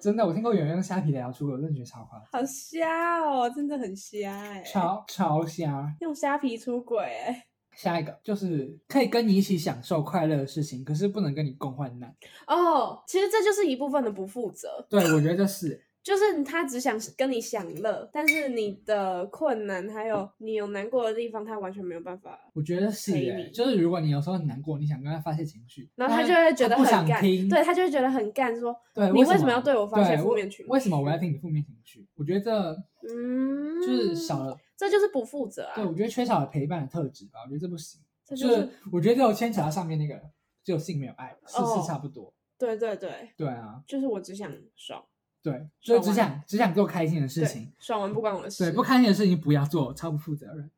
Speaker 1: 真的，我听过有人用虾皮聊聊出轨，我真的觉得超夸
Speaker 2: 好瞎哦，真的很瞎哎、
Speaker 1: 张，超超瞎。
Speaker 2: 用虾皮出轨哎、
Speaker 1: 下一个就是可以跟你一起享受快乐的事情，可是不能跟你共患难。
Speaker 2: 哦，其实这就是一部分的不负责，
Speaker 1: 对，我觉得这是
Speaker 2: 就是他只想跟你享乐，但是你的困难还有你有难过的地方，他完全没有办法。
Speaker 1: 我觉得是
Speaker 2: 陪
Speaker 1: 耶
Speaker 2: 你
Speaker 1: 就是如果你有时候很难过，你想跟他发泄情绪，
Speaker 2: 然后他
Speaker 1: 但
Speaker 2: 就会觉
Speaker 1: 他
Speaker 2: 得
Speaker 1: 不
Speaker 2: 很
Speaker 1: 想
Speaker 2: 干，
Speaker 1: 听，
Speaker 2: 对他就会觉得很干，说
Speaker 1: 对，
Speaker 2: 你
Speaker 1: 为
Speaker 2: 为什么要对我发泄负
Speaker 1: 我
Speaker 2: 面情
Speaker 1: 为什么我要
Speaker 2: 绪
Speaker 1: 听你负面情绪？我觉得这
Speaker 2: 嗯，
Speaker 1: 就是少了，
Speaker 2: 这就是不负责啊
Speaker 1: 对，我觉得缺少了陪伴的特质吧。我觉得这不行，
Speaker 2: 这
Speaker 1: 就
Speaker 2: 就是
Speaker 1: 是我觉得这有牵扯到上面那个，只有性没有爱，是
Speaker 2: 哦
Speaker 1: 是差不多。
Speaker 2: 对对对，
Speaker 1: 对啊，
Speaker 2: 就是我只想爽，
Speaker 1: 对，就是只
Speaker 2: 完
Speaker 1: 想只想做开心的事
Speaker 2: 对
Speaker 1: 情，，
Speaker 2: 爽完不关我的事，
Speaker 1: 对，不开心的事情不要做，超不负责任。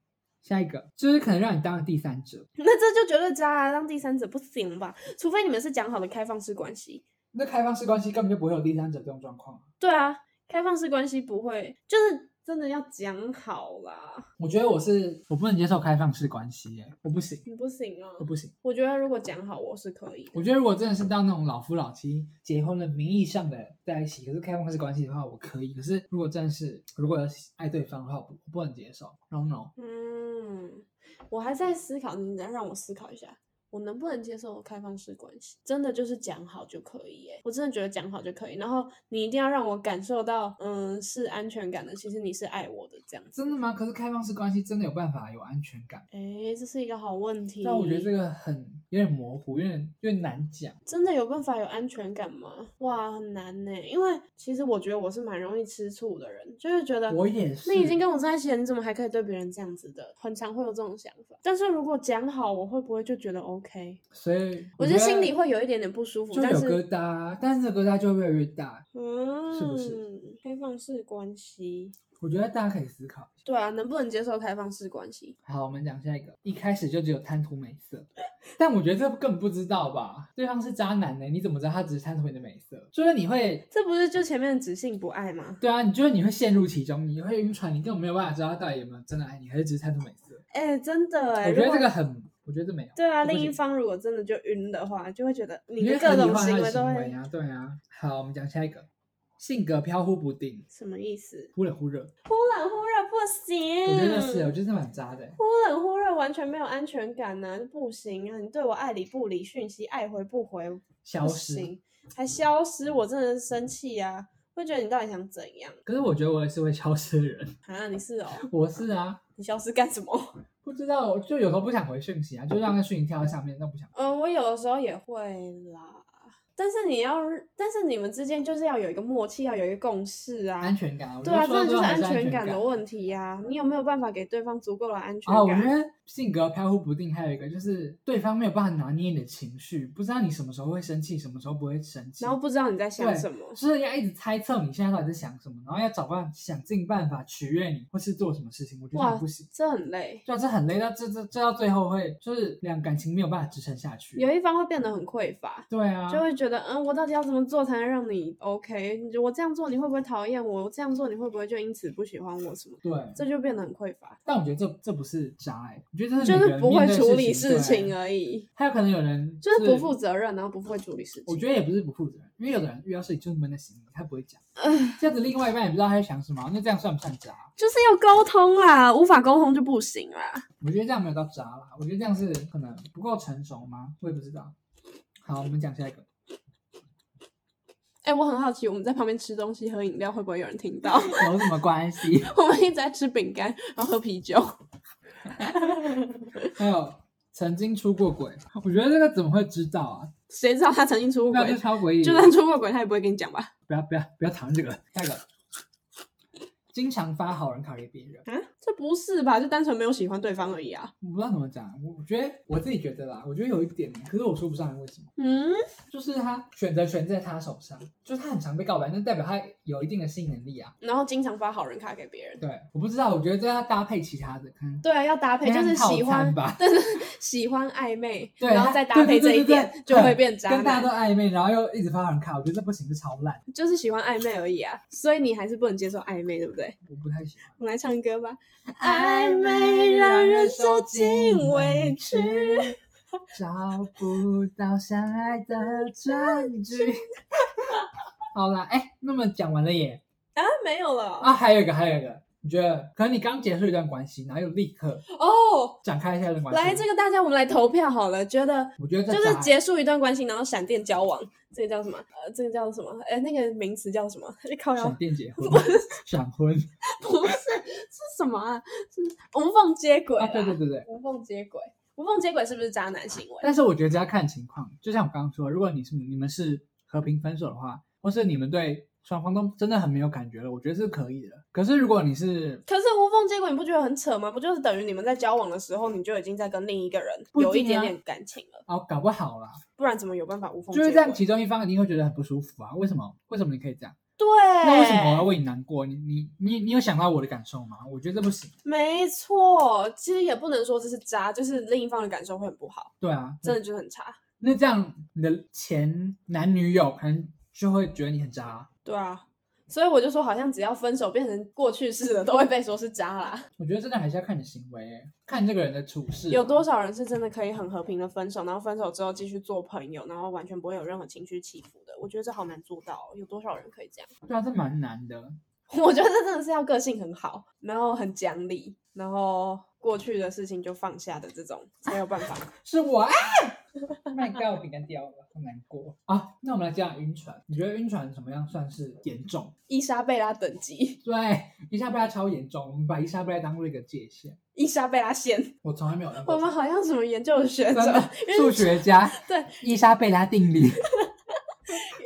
Speaker 1: 下一个就是可能让你当了第三者，
Speaker 2: 那这就绝对渣啊！让第三者不行吧？除非你们是讲好的开放式关系。
Speaker 1: 那开放式关系根本就不会有第三者这种状况。
Speaker 2: 对啊，开放式关系不会，就是真的要讲好啦。
Speaker 1: 我觉得我是我不能接受开放式关系耶，我不行，
Speaker 2: 你不行啊
Speaker 1: 我！不行。
Speaker 2: 我觉得如果讲好，我是可以的。
Speaker 1: 我觉得如果真的是到那种老夫老妻结婚了名义上的在一起，可是开放式关系的话，我可以。可是如果真的是如果要爱对方的话，我不我不能接受。No no，
Speaker 2: 嗯，我还在思考，你能让我思考一下，我能不能接受开放式关系？真的就是讲好就可以、耶，我真的觉得讲好就可以。然后你一定要让我感受到，嗯，是安全感的。其实你是爱我的这样子。
Speaker 1: 真的吗？可是开放式关系真的有办法有安全感？
Speaker 2: 哎，这是一个好问题。
Speaker 1: 但我觉得这个很有点模糊，有点有点难讲。
Speaker 2: 真的有办法有安全感吗？哇，很难呢。因为其实我觉得我是蛮容易吃醋的人，就会觉得
Speaker 1: 我也是，
Speaker 2: 你已经跟我在一起了，你怎么还可以对别人这样子的？很常会有这种想法。但是如果讲好，我会不会就觉得 OK？
Speaker 1: 所以
Speaker 2: 我觉得心里会有一点点不舒服
Speaker 1: 就
Speaker 2: 但
Speaker 1: 有
Speaker 2: 是
Speaker 1: 疙瘩，啊但是这个疙瘩就会越来越大。
Speaker 2: 嗯，
Speaker 1: 是不是
Speaker 2: 开放式关系？
Speaker 1: 我觉得大家可以思考一下。
Speaker 2: 对啊，能不能接受开放式关系？
Speaker 1: 好，我们讲下一个。一开始就只有贪图美色，但我觉得这根本不知道吧？对方是渣男呢、欸你怎么知道他只是贪图你的美色？就是你会，
Speaker 2: 这不是就前面的只性不爱吗？
Speaker 1: 对啊，你就是你会陷入其中，你会晕船，你根本没有办法知道他到底有没有真的爱你，还是只是贪图美色。
Speaker 2: 哎，真的哎，
Speaker 1: 我觉得
Speaker 2: 如
Speaker 1: 这
Speaker 2: 果
Speaker 1: 个很，我觉得这没有。
Speaker 2: 对啊，
Speaker 1: 这不
Speaker 2: 另一
Speaker 1: 行
Speaker 2: 方如果真的就晕的话，就会觉得你
Speaker 1: 因
Speaker 2: 的
Speaker 1: 为
Speaker 2: 各
Speaker 1: 合理
Speaker 2: 种
Speaker 1: 化他
Speaker 2: 行
Speaker 1: 的
Speaker 2: 为都
Speaker 1: 行
Speaker 2: 会
Speaker 1: 为啊，对啊。好，我们讲下一个，性格飘忽不定，
Speaker 2: 什么意思？
Speaker 1: 忽冷忽热。
Speaker 2: 忽冷忽热不行，
Speaker 1: 我觉得是，我啊觉得这蛮渣的、欸
Speaker 2: 忽冷忽热完全没有安全感呢、不行啊！你对我爱理不理，讯息爱回不回，
Speaker 1: 消
Speaker 2: 不
Speaker 1: 失。
Speaker 2: 行，还消失，我真的是生气啊！会觉得你到底想怎样
Speaker 1: 可是我觉得我也是会消失的人，
Speaker 2: 啊？你是哦，
Speaker 1: 我是啊。
Speaker 2: 你消失干什 么？
Speaker 1: 不知道，就有时候不想回讯息啊，就让那讯息跳在上面，但不想。
Speaker 2: 嗯，我有的时候也会啦，但是你要，但是你们之间就是要有一个默契，要有一个共识啊。
Speaker 1: 安全感，我
Speaker 2: 对啊，
Speaker 1: 觉得
Speaker 2: 真的就
Speaker 1: 说到
Speaker 2: 是
Speaker 1: 底
Speaker 2: 安
Speaker 1: 是安
Speaker 2: 全
Speaker 1: 感
Speaker 2: 感的问题呀、你有没有办法给对方足够的安全
Speaker 1: 啊，我觉
Speaker 2: 感？
Speaker 1: 得性格飘忽不定，还有一个就是对方没有办法拿捏你的情绪，不知道你什么时候会生气，什么时候不会生气，
Speaker 2: 然后不知道你在想
Speaker 1: 对
Speaker 2: 什么。
Speaker 1: 就是要一直猜测你现在到底在想什么，然后要找办法想尽办法取悦你，或是做什么事情，我觉得
Speaker 2: 哇
Speaker 1: 很不行，
Speaker 2: 这很累，
Speaker 1: 对啊，这很累，到这这这到最后会就是两感情没有办法支撑下去，
Speaker 2: 有一方会变得很匮乏，
Speaker 1: 对啊，
Speaker 2: 就会觉得，嗯，我到底要怎么做才能让你 OK？你我这样做你会不会讨厌我？我这样做你会不会就因此不喜欢我什么？
Speaker 1: 对。
Speaker 2: 这就变得很匮乏，
Speaker 1: 但我觉得这这不是渣、欸，我觉得这
Speaker 2: 就
Speaker 1: 每个
Speaker 2: 是
Speaker 1: 人
Speaker 2: 不
Speaker 1: 面
Speaker 2: 会
Speaker 1: 对
Speaker 2: 处理
Speaker 1: 事
Speaker 2: 事情
Speaker 1: 啊，
Speaker 2: 而已，
Speaker 1: 还有可能有人
Speaker 2: 就是不负责任，然后不会处理事
Speaker 1: 我
Speaker 2: 情。
Speaker 1: 觉得也不是不负责任，因为有的人遇到事情就是闷在心里，他不会讲。
Speaker 2: 呃
Speaker 1: 这样子另外一半也不知道他在想什么，那这样算不算渣？
Speaker 2: 就是要沟通啦，无法沟通就不行啦。
Speaker 1: 我觉得这样没有到渣啦，我觉得这样是可能不够成熟吗？我也不知道。好，我们讲下一个。
Speaker 2: 哎、我很好奇，我们在旁边吃东西、喝饮料，会不会有人听到？
Speaker 1: 有什么关系？
Speaker 2: 我们一直在吃饼干，然后喝啤酒。
Speaker 1: 还有曾经出过轨，我觉得这个怎么会知道啊？
Speaker 2: 谁知道他曾经出过
Speaker 1: 那就
Speaker 2: 轨？
Speaker 1: 超诡异。
Speaker 2: 就算出过轨，他也不会跟你讲吧？
Speaker 1: 不要不要不要讨论这个了。下一个，经常发好人卡给别人，
Speaker 2: 这不是吧？就单纯没有喜欢对方而已啊。
Speaker 1: 我不知道怎么讲，我我觉得我自己觉得啦，我觉得有一点，可是我说不上来为什么，
Speaker 2: 嗯，
Speaker 1: 就是他选择权在他手上，就是他很常被告白，那代表他有一定的吸引能力啊。
Speaker 2: 然后经常发好人卡给别人。
Speaker 1: 对，我不知道，我觉得这要搭配其他的，可能
Speaker 2: 对，啊要搭配，就是
Speaker 1: 套
Speaker 2: 喜欢
Speaker 1: 餐，吧，
Speaker 2: 但是 喜欢暧昧，
Speaker 1: 对，
Speaker 2: 然后
Speaker 1: 他
Speaker 2: 再搭
Speaker 1: 对对
Speaker 2: 配这
Speaker 1: 对
Speaker 2: 一
Speaker 1: 对
Speaker 2: 点，
Speaker 1: 对
Speaker 2: 就
Speaker 1: 对
Speaker 2: 会变渣
Speaker 1: 跟大家
Speaker 2: 男
Speaker 1: 都。暧昧，然后又一直发很卡，我觉得这不行，这超烂，
Speaker 2: 就是喜欢暧昧而已啊，所以你还是不能接受暧昧，对不对？
Speaker 1: 我不太喜欢。
Speaker 2: 我们来唱歌吧。
Speaker 1: 暧
Speaker 2: 暧
Speaker 1: 昧
Speaker 2: 昧
Speaker 1: 让
Speaker 2: 让
Speaker 1: 人
Speaker 2: 人
Speaker 1: 受
Speaker 2: 受
Speaker 1: 尽
Speaker 2: 尽
Speaker 1: 委
Speaker 2: 委
Speaker 1: 屈
Speaker 2: 屈，
Speaker 1: 找不到相爱的证据。好啦，哎、那么讲完了耶。
Speaker 2: 啊，没有了
Speaker 1: 啊，还有一个，还有一个，你觉得可能你刚结束一段关系，然后又立刻
Speaker 2: 哦。
Speaker 1: 展开一下一段关系？
Speaker 2: 来，这个大家我们来投票好了，觉得
Speaker 1: 我觉得这
Speaker 2: 就是
Speaker 1: 渣
Speaker 2: 结束一段关系，然后闪电交往，这个叫什么？呃，这个叫什么？哎，那个名词叫什么？ 靠腰
Speaker 1: 闪电结婚，闪婚
Speaker 2: 不是是什么啊？是无缝接轨啦、
Speaker 1: 啊，对对对对。
Speaker 2: 无缝接轨，无缝接轨是不是渣男行为？
Speaker 1: 但是我觉得这要看情况，就像我刚刚说，如果你是你们是和平分手的话，或是你们对双方都真的很没有感觉了，我觉得是可以的。可是如果你是
Speaker 2: 可是无缝接轨，你不觉得很扯吗？不就是等于你们在交往的时候，你就已经在跟另一个人
Speaker 1: 不一定
Speaker 2: 有一点
Speaker 1: 啊
Speaker 2: 点感情了，
Speaker 1: 哦，搞不好啦，
Speaker 2: 不然怎么有办法无缝接
Speaker 1: 就
Speaker 2: 轨？
Speaker 1: 是这样，其中一方一定会觉得很不舒服啊。为什么？为什么你可以这样？
Speaker 2: 对，
Speaker 1: 那为什么我要为你难过？你你你你有想到我的感受吗？我觉得这不行。
Speaker 2: 没错，其实也不能说这是渣，就是另一方的感受会很不好，
Speaker 1: 对啊，
Speaker 2: 真的就是很差。
Speaker 1: 那这样你的前男女友可能就会觉得你很渣啊。
Speaker 2: 对啊，所以我就说，好像只要分手变成过去式的，都会被说是渣啦。
Speaker 1: 我觉得真的还是要看你行为，欸看你这个人的处事啊
Speaker 2: 有多少人是真的可以很和平的分手，然后分手之后继续做朋友，然后完全不会有任何情绪起伏的？我觉得这好难做到哦、有多少人可以这样？
Speaker 1: 对啊，这蛮难的。
Speaker 2: 我觉得这真的是要个性很好，然后很讲理，然后过去的事情就放下的这种才有办法。
Speaker 1: 是我啊！My God，饼干掉了，好难过啊。那我们来讲晕船，你觉得晕船怎么样算是严重？
Speaker 2: 伊莎贝拉等级，
Speaker 1: 对，伊莎贝拉超严重，我们把伊莎贝拉当做一个界限。
Speaker 2: 伊莎贝拉线，
Speaker 1: 我从来没有遇过
Speaker 2: 我们好像什么研究的学
Speaker 1: 真
Speaker 2: 者
Speaker 1: 的，
Speaker 2: 因为
Speaker 1: 数学家
Speaker 2: 对
Speaker 1: 伊莎贝拉定理，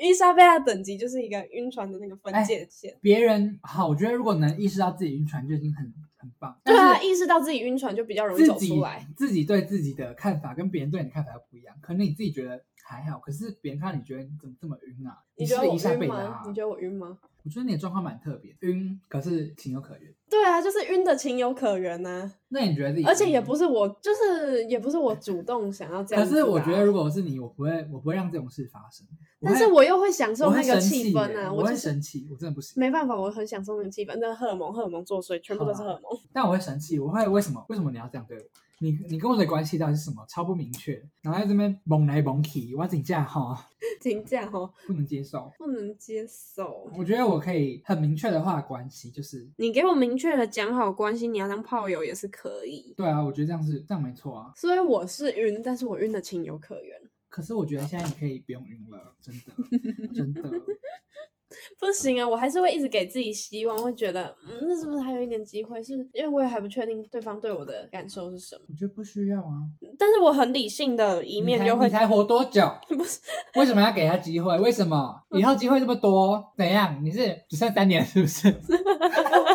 Speaker 2: 伊莎贝拉等级就是一个晕船的那个分
Speaker 1: 哎
Speaker 2: 界线。
Speaker 1: 别人好，我觉得如果能意识到自己晕船就已经很很棒。
Speaker 2: 对
Speaker 1: 但
Speaker 2: 啊，
Speaker 1: 是
Speaker 2: 意识到自己晕船就比较容易
Speaker 1: 自
Speaker 2: 走
Speaker 1: 己
Speaker 2: 出来。
Speaker 1: 自己对自己的看法跟别人对你的看法不一样，可能你自己觉得还好，可是别人看到你觉得你怎么这么晕啊？
Speaker 2: 你
Speaker 1: 是不
Speaker 2: 觉得
Speaker 1: 是
Speaker 2: 我
Speaker 1: 一下
Speaker 2: 晕
Speaker 1: 被拉
Speaker 2: 吗
Speaker 1: 啊？？
Speaker 2: 你觉得我晕吗？
Speaker 1: 我觉得你的状况蛮特别，晕，可是情有可原。
Speaker 2: 对啊，就是晕的情有可原呐、
Speaker 1: 那你觉得自己？
Speaker 2: 而且也不。是我，就是也不是我主动想要这
Speaker 1: 可
Speaker 2: 样、啊
Speaker 1: 是我觉得，，如果我是你，我不会，我不会让这种事发生。
Speaker 2: 但
Speaker 1: 会
Speaker 2: 是我又会享受
Speaker 1: 我会
Speaker 2: 那个
Speaker 1: 生气
Speaker 2: 气氛
Speaker 1: 耶
Speaker 2: 啊，
Speaker 1: 我
Speaker 2: 就
Speaker 1: 会
Speaker 2: 是
Speaker 1: 生气，我真的不行。
Speaker 2: 没办法，我很享受那个气氛，但荷尔蒙荷尔蒙作祟，全部都是荷 尔蒙。
Speaker 1: 但我会生气，我会为什么？为什么你要这样对我？你你跟我的关系到底是什么？超不明确，然后在这边蹦来蹦去，我请假哈，
Speaker 2: 请假哦，
Speaker 1: 不能接受。
Speaker 2: 不能接受。
Speaker 1: 我觉得我可以很明确的划关系，就是
Speaker 2: 你给我明确的讲好关系，你要当炮友也是可以。
Speaker 1: 对啊，我觉得这样是这样没错啊。
Speaker 2: 所以我是晕，但是我晕的情有可原。
Speaker 1: 可是我觉得现在你可以不用晕了，真的真的。
Speaker 2: 不行啊，我还是会一直给自己希望，会觉得，嗯，那是不是还有一点机会？是因为我也还不确定对方对我的感受是什么，
Speaker 1: 我觉得不需要啊。
Speaker 2: 但是我很理性的一面就会
Speaker 1: 你才，你才活多久？
Speaker 2: 不是
Speaker 1: 为什么要给他机会？为什么以后机会这么多？怎样？你是只剩三年是不是？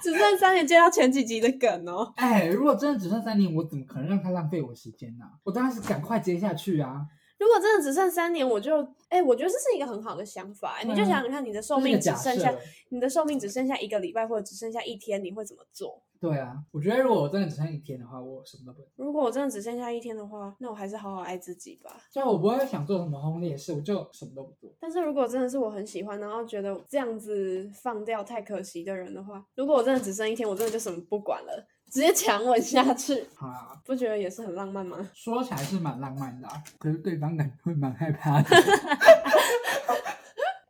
Speaker 2: 只剩三年接到前几集的梗哦。
Speaker 1: 哎，如果真的只剩三年，我怎么可能让他浪费我时间呢、我当然是赶快接下去啊！
Speaker 2: 如果真的只剩三年，我就，哎、我觉得这是一个很好的想法、欸你就
Speaker 1: 嗯
Speaker 2: 想想看，你的寿
Speaker 1: 这是一
Speaker 2: 命
Speaker 1: 个
Speaker 2: 只
Speaker 1: 假
Speaker 2: 剩
Speaker 1: 设
Speaker 2: 下，。你的寿命只剩下一个礼拜，或者只剩下一天，你会怎么做？
Speaker 1: 对啊，我觉得如果我真的只剩一天的话，我什么都不会。
Speaker 2: 如果我真的只剩下一天的话，那我还是好好爱自己吧。
Speaker 1: 就我不会想做什么轰烈事，我就什么都不做。
Speaker 2: 但是如果真的是我很喜欢，然后觉得这样子放掉太可惜的人的话，如果我真的只剩一天，我真的就什么不管了，直接强吻下去，
Speaker 1: 好啊，
Speaker 2: 不觉得也是很浪漫吗？
Speaker 1: 说起来是蛮浪漫的、啊，可是对方感觉会蛮害怕的。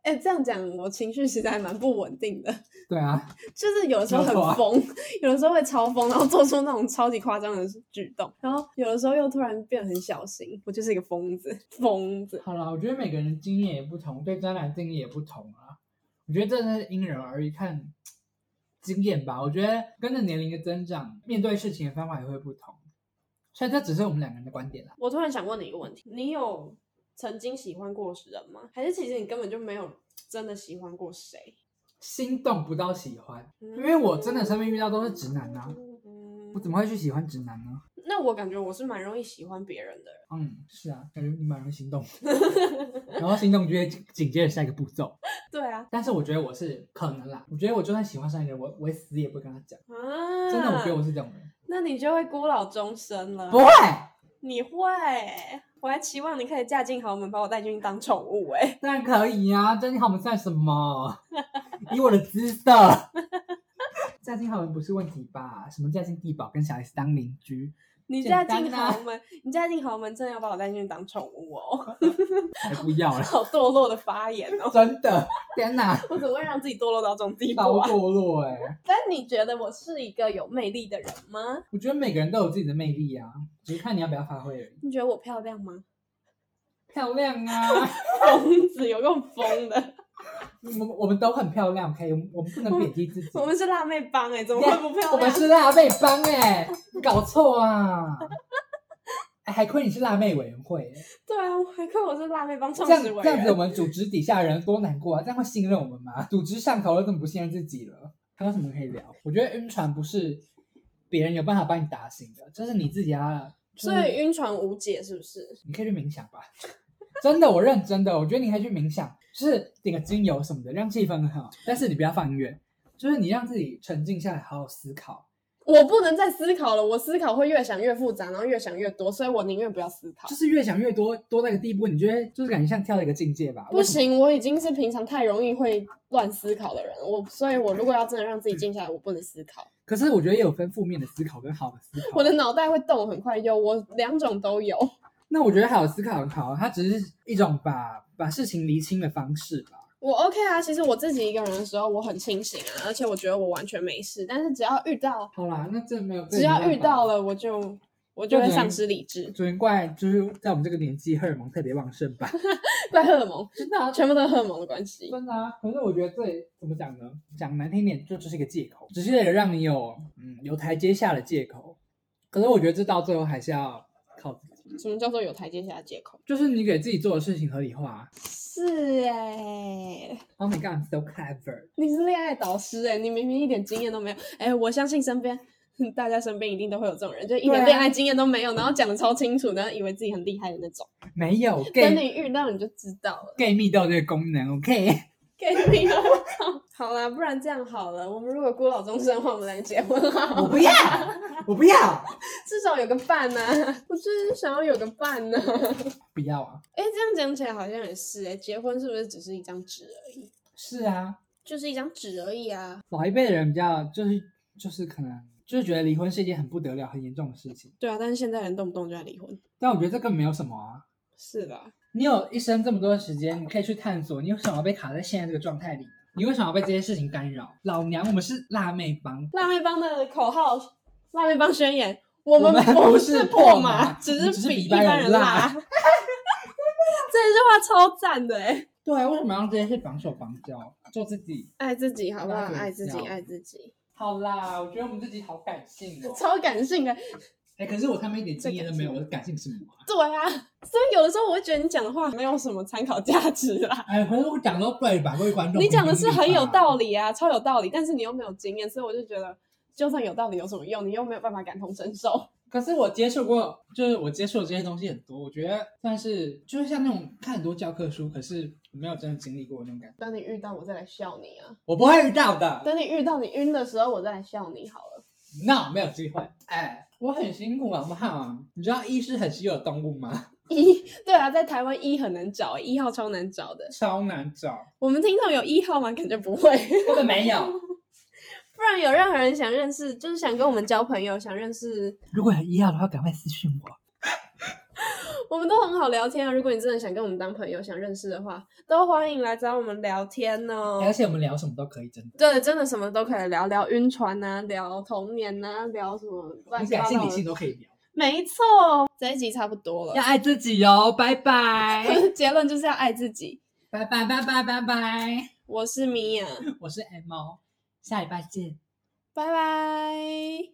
Speaker 2: 哎、这样讲我情绪其实还蛮不稳定的，
Speaker 1: 对啊，
Speaker 2: 就是有的时候很
Speaker 1: 没错啊
Speaker 2: 疯，有的时候会超疯，然后做出那种超级夸张的举动，然后有的时候又突然变得很小心，我就是一个疯子，疯子。
Speaker 1: 好啦，我觉得每个人的经验也不同，对渣男定义也不同啊。我觉得真的是因人而异，看经验吧。我觉得跟着年龄的增长，面对事情的方法也会不同，所以这只是我们两个人的观点啊啦。
Speaker 2: 我突然想问你一个问题：你有曾经喜欢过人吗？还是其实你根本就没有真的喜欢过谁？
Speaker 1: 心动不到喜欢，因为我真的身边遇到都是直男呐、啊
Speaker 2: 嗯
Speaker 1: 我怎么会去喜欢直男呢？
Speaker 2: 那我感觉我是蛮容易喜欢别人的人。
Speaker 1: 嗯，是啊，感觉你蛮容易心动的，然后心动就会紧紧接着下一个步骤。
Speaker 2: 对啊，
Speaker 1: 但是我觉得我是可能啦，我觉得我就算喜欢上一个人，我我也死也不会跟他讲。
Speaker 2: 啊，
Speaker 1: 真的，我觉得我是这种人，
Speaker 2: 那你就会孤老终生了。
Speaker 1: 不会。
Speaker 2: 你会，我还期望你可以嫁进豪门，把我带进去当宠物 哎、
Speaker 1: 当然可以呀、啊，真金好门算什么？ 以我的姿色，嫁进豪门不是问题吧？什么嫁进地堡，跟小 S 当邻居，
Speaker 2: 你
Speaker 1: 简
Speaker 2: 嫁
Speaker 1: 单
Speaker 2: 进
Speaker 1: 啊
Speaker 2: 豪门，你嫁进豪门，真的要把我带进去当宠物哦！
Speaker 1: 才哎不要了！
Speaker 2: 好堕落的发言哦！
Speaker 1: 真的，天哪，
Speaker 2: 我怎么会让自己堕落到这种地步
Speaker 1: 超
Speaker 2: 啊？
Speaker 1: 堕落哎、
Speaker 2: 但你觉得我是一个有魅力的人吗？
Speaker 1: 我觉得每个人都有自己的魅力啊，只是看你要不要发挥而已。
Speaker 2: 你觉得我漂亮吗？
Speaker 1: 漂亮啊，
Speaker 2: 疯子有够疯的，
Speaker 1: 我们我们都很漂亮，OK，我们不能贬低自己。
Speaker 2: 我们是辣妹帮哎、怎么会不漂
Speaker 1: 我们
Speaker 2: 亮？
Speaker 1: 是辣妹帮哎、你搞错啊！哎还亏你是辣妹委员会、
Speaker 2: 对啊，我还看我是辣妹帮创
Speaker 1: 这样
Speaker 2: 始委
Speaker 1: 这样子，我
Speaker 2: 员，
Speaker 1: 们组织底下人多难过啊！这样会信任我们吗？组织上头了，怎么不信任自己了？还有什么可以聊？我觉得晕船不是别人有办法帮你打醒的，这是你自己啊。就是
Speaker 2: 所以晕船无解是不是？
Speaker 1: 你可以去冥想吧，真的，我认真的，我觉得你可以去冥想，就是点个精油什么的，让气氛很好。但是你不要放音乐，就是你让自己沉静下来，好好思考。
Speaker 2: 我不能再思考了，我思考会越想越复杂，然后越想越多，所以我宁愿不要思考
Speaker 1: 就。是越想越多，多到一个地步，你觉得就是感觉像跳了一个境界吧？
Speaker 2: 不行，我已经是平常太容易会乱思考的人，我所以，我如果要真的让自己静下来，我不能思考，
Speaker 1: 可是我觉得也有分负面的思考跟好的思考。
Speaker 2: 我的脑袋会动很快，有我两种都有。
Speaker 1: 那我觉得好思考很好，啊它只是一种把把事情厘清的方式吧。
Speaker 2: 我 OK 啊，其实我自己一个人的时候，我很清醒啊，而且我觉得我完全没事，但是只要遇到，
Speaker 1: 好啦，那这没有，
Speaker 2: 只要遇到
Speaker 1: 了，
Speaker 2: 了，我就我就会丧失理智，
Speaker 1: 只能怪就是在我们这个年纪荷尔蒙特别旺盛吧。
Speaker 2: 怪荷尔蒙，
Speaker 1: 真的、啊，
Speaker 2: 全部都是荷尔蒙的关系。
Speaker 1: 真的啊。可是我觉得这怎么讲呢？讲难听点，就只是一个借口，只是为了让你有嗯有台阶下的借口。可是我觉得这到最后还是要靠自己，
Speaker 2: 什么叫做有台阶下的借口？
Speaker 1: 就是你给自己做的事情合理化。
Speaker 2: 是哎、
Speaker 1: Oh my god, I'm so clever。
Speaker 2: 你是恋爱导师哎、你明明一点经验都没有哎、我相信身边哼大家身边一定都会有这种人，就一
Speaker 1: 对啊
Speaker 2: 点恋爱经验都没有，然后讲的超清楚，然后以为自己很厉害的那种。
Speaker 1: 没有
Speaker 2: 等
Speaker 1: gay
Speaker 2: 你遇到你就知道了。
Speaker 1: gay 蜜豆这个功能，OK。
Speaker 2: 给你啊了， 好啦，不然这样好了，我们如果孤老终生的话，我们来结婚好
Speaker 1: 我
Speaker 2: 了，
Speaker 1: 不 要，我不要，
Speaker 2: 至少有个伴呐、 我就是想要有个伴呢、
Speaker 1: 不要啊！
Speaker 2: 哎、这样讲起来好像也是哎、结婚是不是只是一张纸而已？
Speaker 1: 是啊，
Speaker 2: 就是一张纸而已啊。
Speaker 1: 老一辈的人比较就是就是可能就是觉得离婚是一件很不得了、很严重的事情，
Speaker 2: 对啊，但是现在人动不动就要离婚。
Speaker 1: 但我觉得这个没有什么啊。
Speaker 2: 是啦，
Speaker 1: 你有一生这么多的时间，你可以去探索，你为什么要被卡在现在这个状态里？你为什么要被这些事情干扰？老娘我们是辣妹帮，
Speaker 2: 辣妹帮的口号，辣妹帮宣言，我们
Speaker 1: 们
Speaker 2: 不
Speaker 1: 不
Speaker 2: 是
Speaker 1: 是
Speaker 2: 破
Speaker 1: 破
Speaker 2: 马，
Speaker 1: 马
Speaker 2: 只
Speaker 1: 只是
Speaker 2: 比
Speaker 1: 比
Speaker 2: 一
Speaker 1: 一般
Speaker 2: 般
Speaker 1: 人
Speaker 2: 人辣。
Speaker 1: 辣
Speaker 2: 这句话超赞的哎、
Speaker 1: 对啊，为什么要让这些事绑手绑脚？做自己。
Speaker 2: 爱自己好不好？
Speaker 1: 辣嘴
Speaker 2: 爱自己，
Speaker 1: 角
Speaker 2: 爱自己，
Speaker 1: 好啦，我觉得我们自己好感性哦。
Speaker 2: 超感性的。
Speaker 1: 哎、可是我他妈一点经验都没有，我感性什么啊？
Speaker 2: 对啊，所以有的时候我会觉得你讲的话没有什么参考价值啦。
Speaker 1: 哎，可是我讲都对吧？各位观众，
Speaker 2: 你讲的是很有道
Speaker 1: 理。
Speaker 2: 理啊，超有道理，但是你又没有经验，所以我就觉得，就算有道理有什么用？你又没有办法感同身受。
Speaker 1: 可是我接触过，就是我接触的这些东西很多，我觉得算是就是像那种看很多教科书，可是我没有真的经历过那种感觉。
Speaker 2: 等你遇到我再来笑你啊，
Speaker 1: 我不会遇到的
Speaker 2: 等你遇到你晕的时候我再来笑你好了。
Speaker 1: ，no，没有机会。哎，我很辛苦好不好？你知道一是很稀有的动物吗？
Speaker 2: 一 对啊，在台湾一很难找，一号超难找的。
Speaker 1: 超难找，
Speaker 2: 我们听众有一号吗？感觉不会。
Speaker 1: 根本没有。
Speaker 2: 不然有任何人想认识，就是想跟我们交朋友，想认识
Speaker 1: 如果有一号的话，赶快私信我。
Speaker 2: 我们都很好聊天啊。如果你真的想跟我们当朋友，想认识的话，都欢迎来找我们聊天哦。
Speaker 1: 而且我们聊什么都可以，真的。
Speaker 2: 对，真的什么都可以聊，聊晕船啊，聊童年啊，聊什么乱
Speaker 1: 你
Speaker 2: 七八
Speaker 1: 感性
Speaker 2: 糟
Speaker 1: 理性
Speaker 2: 的。
Speaker 1: 都可以聊。
Speaker 2: 没错，这一集差不多了。
Speaker 1: 爱自己哦，拜拜，
Speaker 2: 结论就是要爱自己。
Speaker 1: 拜拜拜拜拜拜。
Speaker 2: 我是米娅，
Speaker 1: 我是 M 猫，下礼拜见。
Speaker 2: 拜拜。